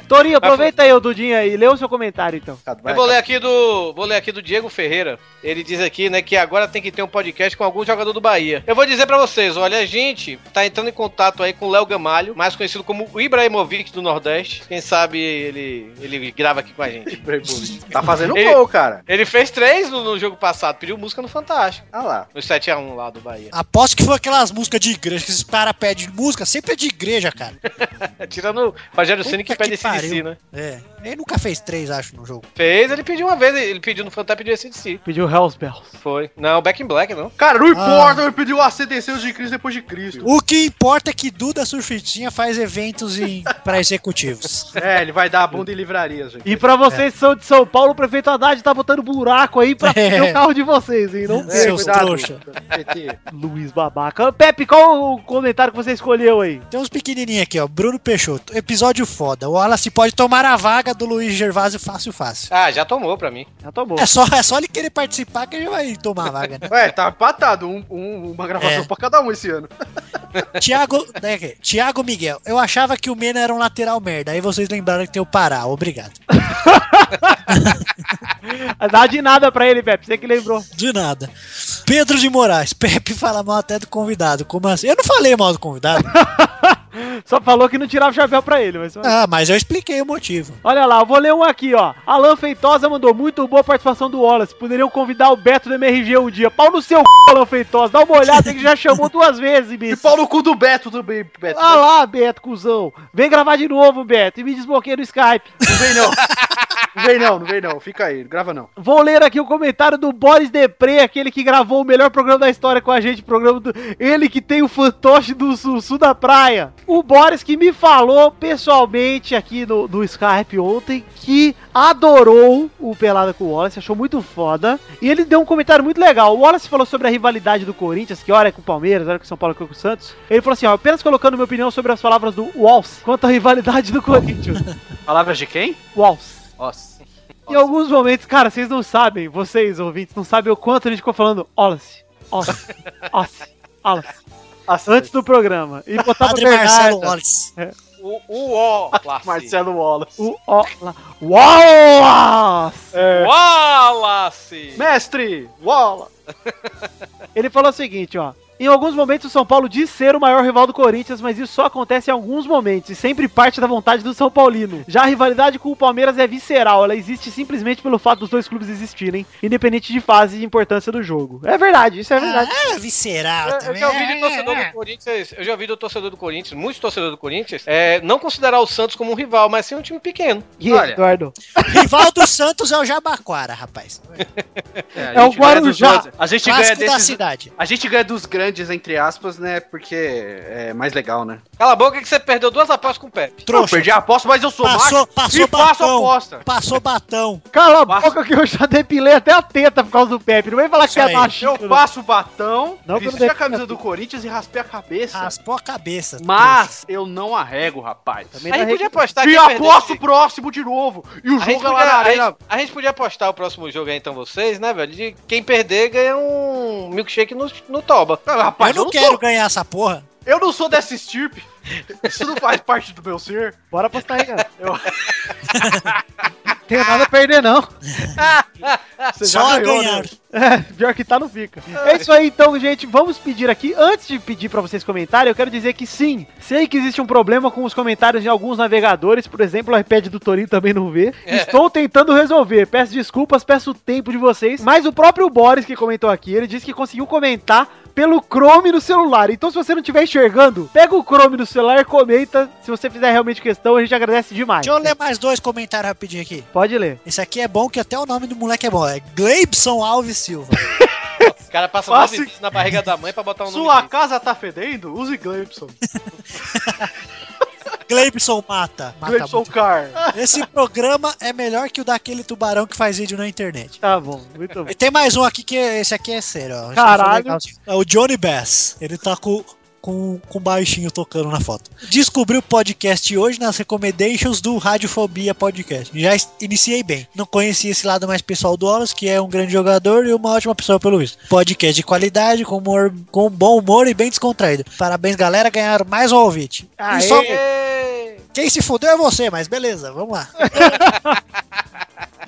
[SPEAKER 5] Torinho, aproveita aí, ô Dudinha, e lê o seu comentário, então.
[SPEAKER 4] Cadu, vai, tá
[SPEAKER 6] Eu vou ler aqui do. Vou ler aqui do Diego Ferreira. Ele diz aqui, né, que agora tem que ter um podcast com algum jogador do Bahia. Eu vou dizer pra vocês, olha, a gente tá entrando em contato aí com o Léo Gamalho, mais conhecido como o Ibrahimovic do Nordeste. Quem sabe ele, ele grava aqui com a gente.
[SPEAKER 4] Cadu. Tá fazendo
[SPEAKER 6] Ele-
[SPEAKER 4] gol, cara.
[SPEAKER 6] Ele fez três no, no jogo passado, pediu música no Fantástico,
[SPEAKER 4] Ah lá.
[SPEAKER 6] no 7x1 lá do
[SPEAKER 4] Ah,
[SPEAKER 6] Bahia.
[SPEAKER 3] Aposto que foi aquelas músicas de igreja, que esses caras pedem música, sempre é de igreja, cara.
[SPEAKER 6] É, Tirando o Rogério
[SPEAKER 3] Puta
[SPEAKER 6] Ceni que
[SPEAKER 3] que
[SPEAKER 6] pede esse DC,
[SPEAKER 3] pariu.
[SPEAKER 6] né?
[SPEAKER 3] É. Ele nunca fez três, acho, no jogo.
[SPEAKER 6] Fez, ele pediu uma vez, ele pediu no Fantástico e pediu esse DC.
[SPEAKER 5] Pediu Hells Bells.
[SPEAKER 6] Foi. Não, Back in Black não.
[SPEAKER 4] Cara, não importa,
[SPEAKER 3] importa,
[SPEAKER 4] ele pediu a CDC de Cristo depois de Cristo.
[SPEAKER 3] O que importa é que Duda Surfitinha faz eventos em, pra executivos.
[SPEAKER 4] É, ele vai dar a bunda em livraria, gente.
[SPEAKER 5] E pra vocês que são de São Paulo, o prefeito Haddad tá botando buraco aí pra
[SPEAKER 3] É.
[SPEAKER 5] é. o carro de vocês, hein? Não
[SPEAKER 3] Seus
[SPEAKER 4] É, cuidado.
[SPEAKER 3] trouxa.
[SPEAKER 4] PT.
[SPEAKER 5] Luiz Babaca. Pepe, qual o comentário que você escolheu aí?
[SPEAKER 3] Tem uns pequenininhos aqui, ó. Bruno Peixoto. Episódio foda. O Wallace pode tomar a vaga do Luiz Gervásio fácil, fácil.
[SPEAKER 6] Ah, já tomou pra mim.
[SPEAKER 5] Já tomou.
[SPEAKER 3] É só, é só ele querer participar que ele vai tomar a vaga, né?
[SPEAKER 4] Ué, tá empatado. um- um- uma gravação
[SPEAKER 3] É.
[SPEAKER 4] pra cada um esse ano.
[SPEAKER 3] Tiago, né, aqui, Tiago Miguel. Eu achava que o Mena era um lateral merda. Aí vocês lembraram que tem o Pará. Obrigado.
[SPEAKER 5] Dá de nada pra ele, Pepe. Você que lembrou.
[SPEAKER 3] De nada. Pedro de Moraes. Pepe fala mal até do convidado. Como assim? Eu não falei mal do convidado.
[SPEAKER 5] Só falou que não tirava o chapéu pra ele, mas.
[SPEAKER 3] Ah, mas eu expliquei o motivo.
[SPEAKER 5] Olha lá, eu vou ler um aqui, ó. Alan Feitosa mandou muito boa participação do Wallace. Poderiam convidar o Beto do MRG um dia. Pau no seu c, Alan Feitosa. Dá uma olhada ele já chamou duas vezes,
[SPEAKER 4] E
[SPEAKER 5] bicho.
[SPEAKER 4] pau no cu do Beto também, Beto.
[SPEAKER 5] Ah lá, Beto, cuzão. Vem gravar de novo, Beto. E me desbloqueia no Skype.
[SPEAKER 4] Não vem não. Não vem não, não vem não. Fica aí, não grava não.
[SPEAKER 5] Vou ler aqui o comentário do Boris Depré, aquele que gravou o melhor programa da história com a gente, o programa do... ele que tem o fantoche do sul, sul da praia. O Boris que me falou pessoalmente aqui no, no Skype ontem que adorou o Pelada com o Wallace, achou muito foda. E ele deu um comentário muito legal. O Wallace falou sobre a rivalidade do Corinthians, que hora é com o Palmeiras, hora é com o São Paulo, hora é com o Santos. Ele falou assim, ó, apenas colocando minha opinião sobre as palavras do Wallace quanto à rivalidade do Corinthians.
[SPEAKER 4] Palavras de quem?
[SPEAKER 5] Wallace.
[SPEAKER 4] Nossa.
[SPEAKER 5] Em alguns momentos, cara, vocês não sabem, vocês ouvintes, não sabem o quanto a gente ficou falando Wallace, Wallace, Wallace, Wallace. Antes do programa. E botava
[SPEAKER 3] Padre Marcelo
[SPEAKER 5] Bernarda.
[SPEAKER 3] Wallace.
[SPEAKER 5] É.
[SPEAKER 6] O, o O, Placci.
[SPEAKER 4] Ah, Marcelo Wallace.
[SPEAKER 5] O O lá. Wallace!
[SPEAKER 6] É. Wallace!
[SPEAKER 4] Mestre, Wallace.
[SPEAKER 5] Ele falou o seguinte, ó. Em alguns momentos o São Paulo diz ser o maior rival do Corinthians, mas isso só acontece em alguns momentos e sempre parte da vontade do São Paulino. Já a rivalidade com o Palmeiras é visceral, ela existe simplesmente pelo fato dos dois clubes existirem, independente de fase e importância do jogo. É verdade, isso é verdade.
[SPEAKER 3] Ah, é visceral
[SPEAKER 6] Eu, eu
[SPEAKER 3] também.
[SPEAKER 6] já ouvi
[SPEAKER 3] é,
[SPEAKER 6] de torcedor
[SPEAKER 3] é.
[SPEAKER 6] do Corinthians, eu já ouvi do torcedor do Corinthians, muitos torcedores do Corinthians, é, não considerar o Santos como um rival, mas sim um time pequeno.
[SPEAKER 5] E,
[SPEAKER 4] olha.
[SPEAKER 5] Eduardo,
[SPEAKER 3] Rival do Santos é o Jabaquara, rapaz.
[SPEAKER 4] a
[SPEAKER 5] É
[SPEAKER 4] gente
[SPEAKER 5] o
[SPEAKER 4] ganha dos
[SPEAKER 5] Guarujá.
[SPEAKER 4] dois. A gente ganha
[SPEAKER 3] Clássico da
[SPEAKER 4] desses.
[SPEAKER 3] cidade.
[SPEAKER 4] A gente ganha dos grandes, entre aspas, né? Porque é mais legal, né?
[SPEAKER 6] Cala a boca que você perdeu duas apostas com o Pepe.
[SPEAKER 4] Eu
[SPEAKER 3] Trouxa.
[SPEAKER 4] perdi a aposta, mas eu sou
[SPEAKER 3] Passou,
[SPEAKER 4] macho
[SPEAKER 3] passou
[SPEAKER 4] e faço
[SPEAKER 3] batão.
[SPEAKER 4] aposta.
[SPEAKER 3] Passou batão.
[SPEAKER 5] cala a
[SPEAKER 4] Passa.
[SPEAKER 5] boca que eu já depilei até a teta por causa do Pepe. Não vem falar que
[SPEAKER 3] Isso
[SPEAKER 5] você é
[SPEAKER 3] aí.
[SPEAKER 5] machista.
[SPEAKER 4] Eu
[SPEAKER 5] não.
[SPEAKER 4] passo o batão,
[SPEAKER 5] Não, que eu não
[SPEAKER 4] vesti a
[SPEAKER 5] dei-
[SPEAKER 4] camisa do Corinthians e raspei a cabeça.
[SPEAKER 3] Raspou a cabeça.
[SPEAKER 4] Mas eu não arrego, rapaz.
[SPEAKER 5] Também
[SPEAKER 6] A
[SPEAKER 5] não
[SPEAKER 6] gente podia
[SPEAKER 5] arrega-
[SPEAKER 6] apostar
[SPEAKER 4] E
[SPEAKER 6] quem perdesse-
[SPEAKER 4] aposto o próximo de novo. E o
[SPEAKER 6] A gente,
[SPEAKER 4] jogo é
[SPEAKER 6] podia,
[SPEAKER 4] lá na
[SPEAKER 6] a,
[SPEAKER 4] arena.
[SPEAKER 6] gente, a gente podia apostar o próximo jogo aí, então, vocês, né, velho? De quem perder ganha um milkshake no, no Toba.
[SPEAKER 4] Ah,
[SPEAKER 3] Eu
[SPEAKER 4] Rapaz,
[SPEAKER 3] não
[SPEAKER 4] sou-
[SPEAKER 3] quero ganhar essa porra.
[SPEAKER 4] eu não sou dessa estirpe. Isso não faz parte do meu ser.
[SPEAKER 5] Bora apostar aí, cara. Eu... Tem nada a perder, não.
[SPEAKER 4] Você
[SPEAKER 3] Só a
[SPEAKER 4] ganhou,
[SPEAKER 3] ganhar.
[SPEAKER 4] né?
[SPEAKER 5] É, pior que tá, não fica. É isso aí, então, gente. Vamos pedir aqui. Antes de pedir pra vocês comentarem, eu quero dizer que sim, sei que existe um problema com os comentários de alguns navegadores. Por exemplo, o iPad do Torinho também não vê.
[SPEAKER 3] É.
[SPEAKER 5] Estou tentando resolver. Peço desculpas, peço o tempo de vocês. Mas o próprio Boris que comentou aqui, ele disse que conseguiu comentar pelo Chrome no celular. Então, se você não estiver enxergando, pega o Chrome no celular e comenta. Se você fizer realmente questão, a gente agradece demais.
[SPEAKER 3] Deixa eu ler mais dois comentários rapidinho aqui.
[SPEAKER 5] Pode ler.
[SPEAKER 3] Esse aqui é bom que até o nome do moleque é bom. É Gleibson Alves Silva.
[SPEAKER 6] O cara passa
[SPEAKER 4] Passe-
[SPEAKER 6] nove vezes na barriga da mãe pra botar um
[SPEAKER 4] assim. Sua
[SPEAKER 6] nome.
[SPEAKER 4] casa tá fedendo? Use Gleibson.
[SPEAKER 3] Gleibson mata. mata
[SPEAKER 4] Gleibson Car.
[SPEAKER 3] muito. Esse programa é melhor que o daquele tubarão que faz vídeo na internet.
[SPEAKER 5] Tá bom, muito bom.
[SPEAKER 3] E tem mais um aqui que esse aqui é sério, ó. Esse
[SPEAKER 5] Caralho.
[SPEAKER 3] foi legalzinho. É o Johnny Bass. Ele tá com. Com, com um baixinho tocando na foto. Descobri o podcast hoje nas recommendations do Radiofobia Podcast. Já is- iniciei bem. Não conhecia esse lado mais pessoal do Wallace, que é um grande jogador e uma ótima pessoa pelo visto. Podcast de qualidade, com, humor, com bom humor e bem descontraído. Parabéns, galera, ganharam mais um ouvinte. E só-
[SPEAKER 4] um
[SPEAKER 3] quem se fudeu é você, mas beleza, vamos lá.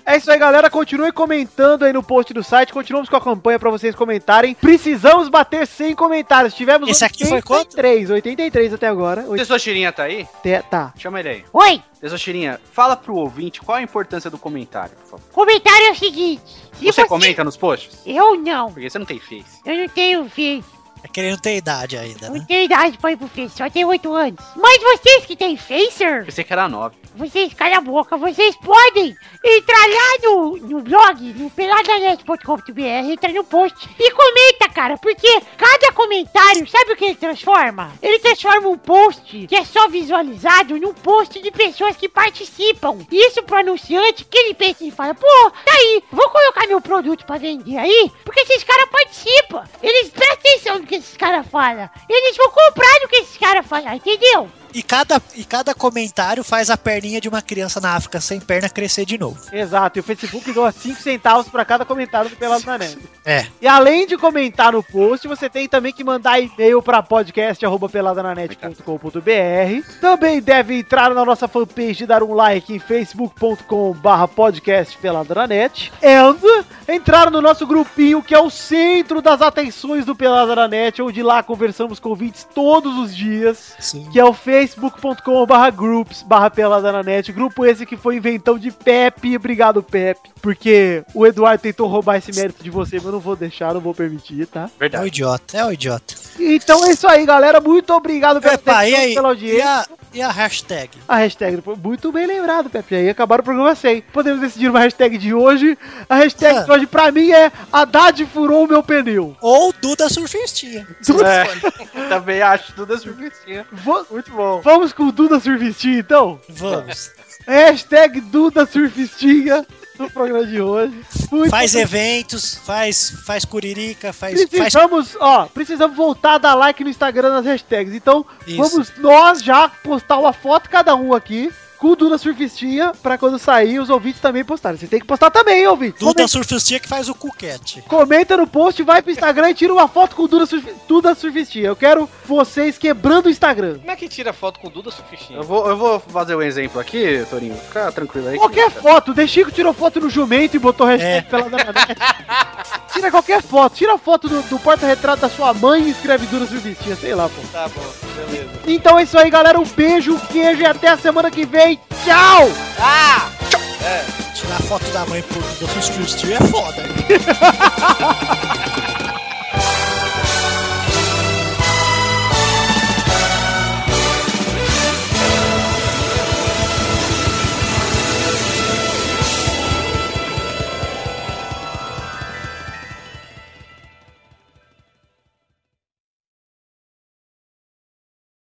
[SPEAKER 5] É isso aí, galera. Continue comentando aí no post do site. Continuamos com a campanha pra vocês comentarem. Precisamos bater 100 comentários. Tivemos
[SPEAKER 3] Esse aqui foi quanto?
[SPEAKER 5] 83, 83 até agora. Oit-
[SPEAKER 4] Tesouxirinha tá aí?
[SPEAKER 5] te- Tá.
[SPEAKER 4] Chama ele aí.
[SPEAKER 8] Oi!
[SPEAKER 4] Tesouxirinha, fala pro ouvinte qual a importância do comentário, por favor.
[SPEAKER 8] Comentário é o seguinte. se
[SPEAKER 4] Você comenta nos posts?
[SPEAKER 8] Eu não.
[SPEAKER 4] Porque você não tem face.
[SPEAKER 8] Eu não tenho filho.
[SPEAKER 3] É que ele não tem idade ainda, né?
[SPEAKER 8] Não tenho idade pra ir pro Face, só tenho 8 anos. Mas vocês que têm Facer,
[SPEAKER 4] Pensei que era 9.
[SPEAKER 8] vocês, cala a boca, vocês podem entrar lá no, no blog, no peladanet.com.br, entra no post e comenta, cara, porque cada comentário, sabe o que ele transforma? Ele transforma um post que é só visualizado num post de pessoas que participam. Isso pro anunciante que ele pensa e fala, pô, tá aí, vou colocar meu produto pra vender aí, porque esses caras participam. Eles prestam atenção no que esses caras falam. Eles vão comprar no que esses caras falam, entendeu?
[SPEAKER 3] E cada, e cada comentário faz a perninha de uma criança na África sem perna crescer de novo.
[SPEAKER 5] Exato. E o Facebook doa 5 centavos pra cada comentário do Pelado na Neve.
[SPEAKER 3] É.
[SPEAKER 5] E além de comentar no post, você tem também que mandar e-mail pra podcast@peladananet.com.br. Também deve entrar na nossa fanpage e dar um like em facebook.com/podcastpeladananet and entrar no nosso grupinho que é o centro das atenções do Pelada na Net, onde lá conversamos com ouvintes todos os dias
[SPEAKER 3] Sim. um
[SPEAKER 5] que é o facebook.com barra groups barra pelada na net, grupo esse que foi inventão de Pepe, obrigado Pepe, porque o Eduardo tentou roubar esse mérito de você, mas eu não vou deixar, não vou permitir, tá?
[SPEAKER 3] É um idiota, é um idiota.
[SPEAKER 5] Então é isso aí, galera, muito obrigado pela,
[SPEAKER 3] Epa, e
[SPEAKER 5] atenção,
[SPEAKER 3] aí?
[SPEAKER 5] pela
[SPEAKER 3] E
[SPEAKER 5] audiência.
[SPEAKER 3] a, e a hashtag?
[SPEAKER 5] A hashtag foi muito bem lembrado, Pepe. Aí acabaram o programa sem. Podemos decidir uma hashtag de hoje. A hashtag
[SPEAKER 3] Ah.
[SPEAKER 5] de hoje pra mim é Haddad furou o meu pneu.
[SPEAKER 3] Ou Duda Surfistinha.
[SPEAKER 4] É, também acho tudo surpresinha.
[SPEAKER 5] Vo-
[SPEAKER 4] Muito bom.
[SPEAKER 5] Vamos com o Duda Surfistinha, então?
[SPEAKER 3] Vamos.
[SPEAKER 5] Hashtag Duda Surfistinha no programa de hoje. Muito
[SPEAKER 3] Faz
[SPEAKER 5] obrigado.
[SPEAKER 3] eventos, faz, faz curirica, É faz. faz
[SPEAKER 5] Precisamos, ó, precisamos voltar a dar like no Instagram nas hashtags. Então,
[SPEAKER 3] isso.
[SPEAKER 5] vamos nós já postar uma foto cada um aqui escudo da surfistinha pra quando sair os ouvintes também postarem. Vocês têm que postar também, hein, ouvintes.
[SPEAKER 3] Duda
[SPEAKER 5] Comenta,
[SPEAKER 3] Surfistinha que faz o cuquete.
[SPEAKER 5] comenta no post, vai pro Instagram e tira uma foto com o Duda, Surf... Duda Surfistinha. Eu quero vocês quebrando o Instagram.
[SPEAKER 6] Como é que tira foto com o Duda Surfistinha?
[SPEAKER 4] Eu vou, eu vou fazer um exemplo aqui, Torinho. Fica tranquilo aí.
[SPEAKER 5] Qualquer foto, o De Chico tirou foto no jumento e botou hashtag
[SPEAKER 3] É.
[SPEAKER 5] pela Danadete. Tira qualquer foto, tira a foto do, do porta-retrato da sua mãe e escreve Duda Surfistinha, sei lá, pô.
[SPEAKER 6] Tá bom, beleza.
[SPEAKER 5] Então é isso aí, galera. Um beijo, um queijo e até a semana que vem. Tchau!
[SPEAKER 6] Ah! É.
[SPEAKER 3] né? Tirar foto da mãe pro Duda Surfistinha é foda.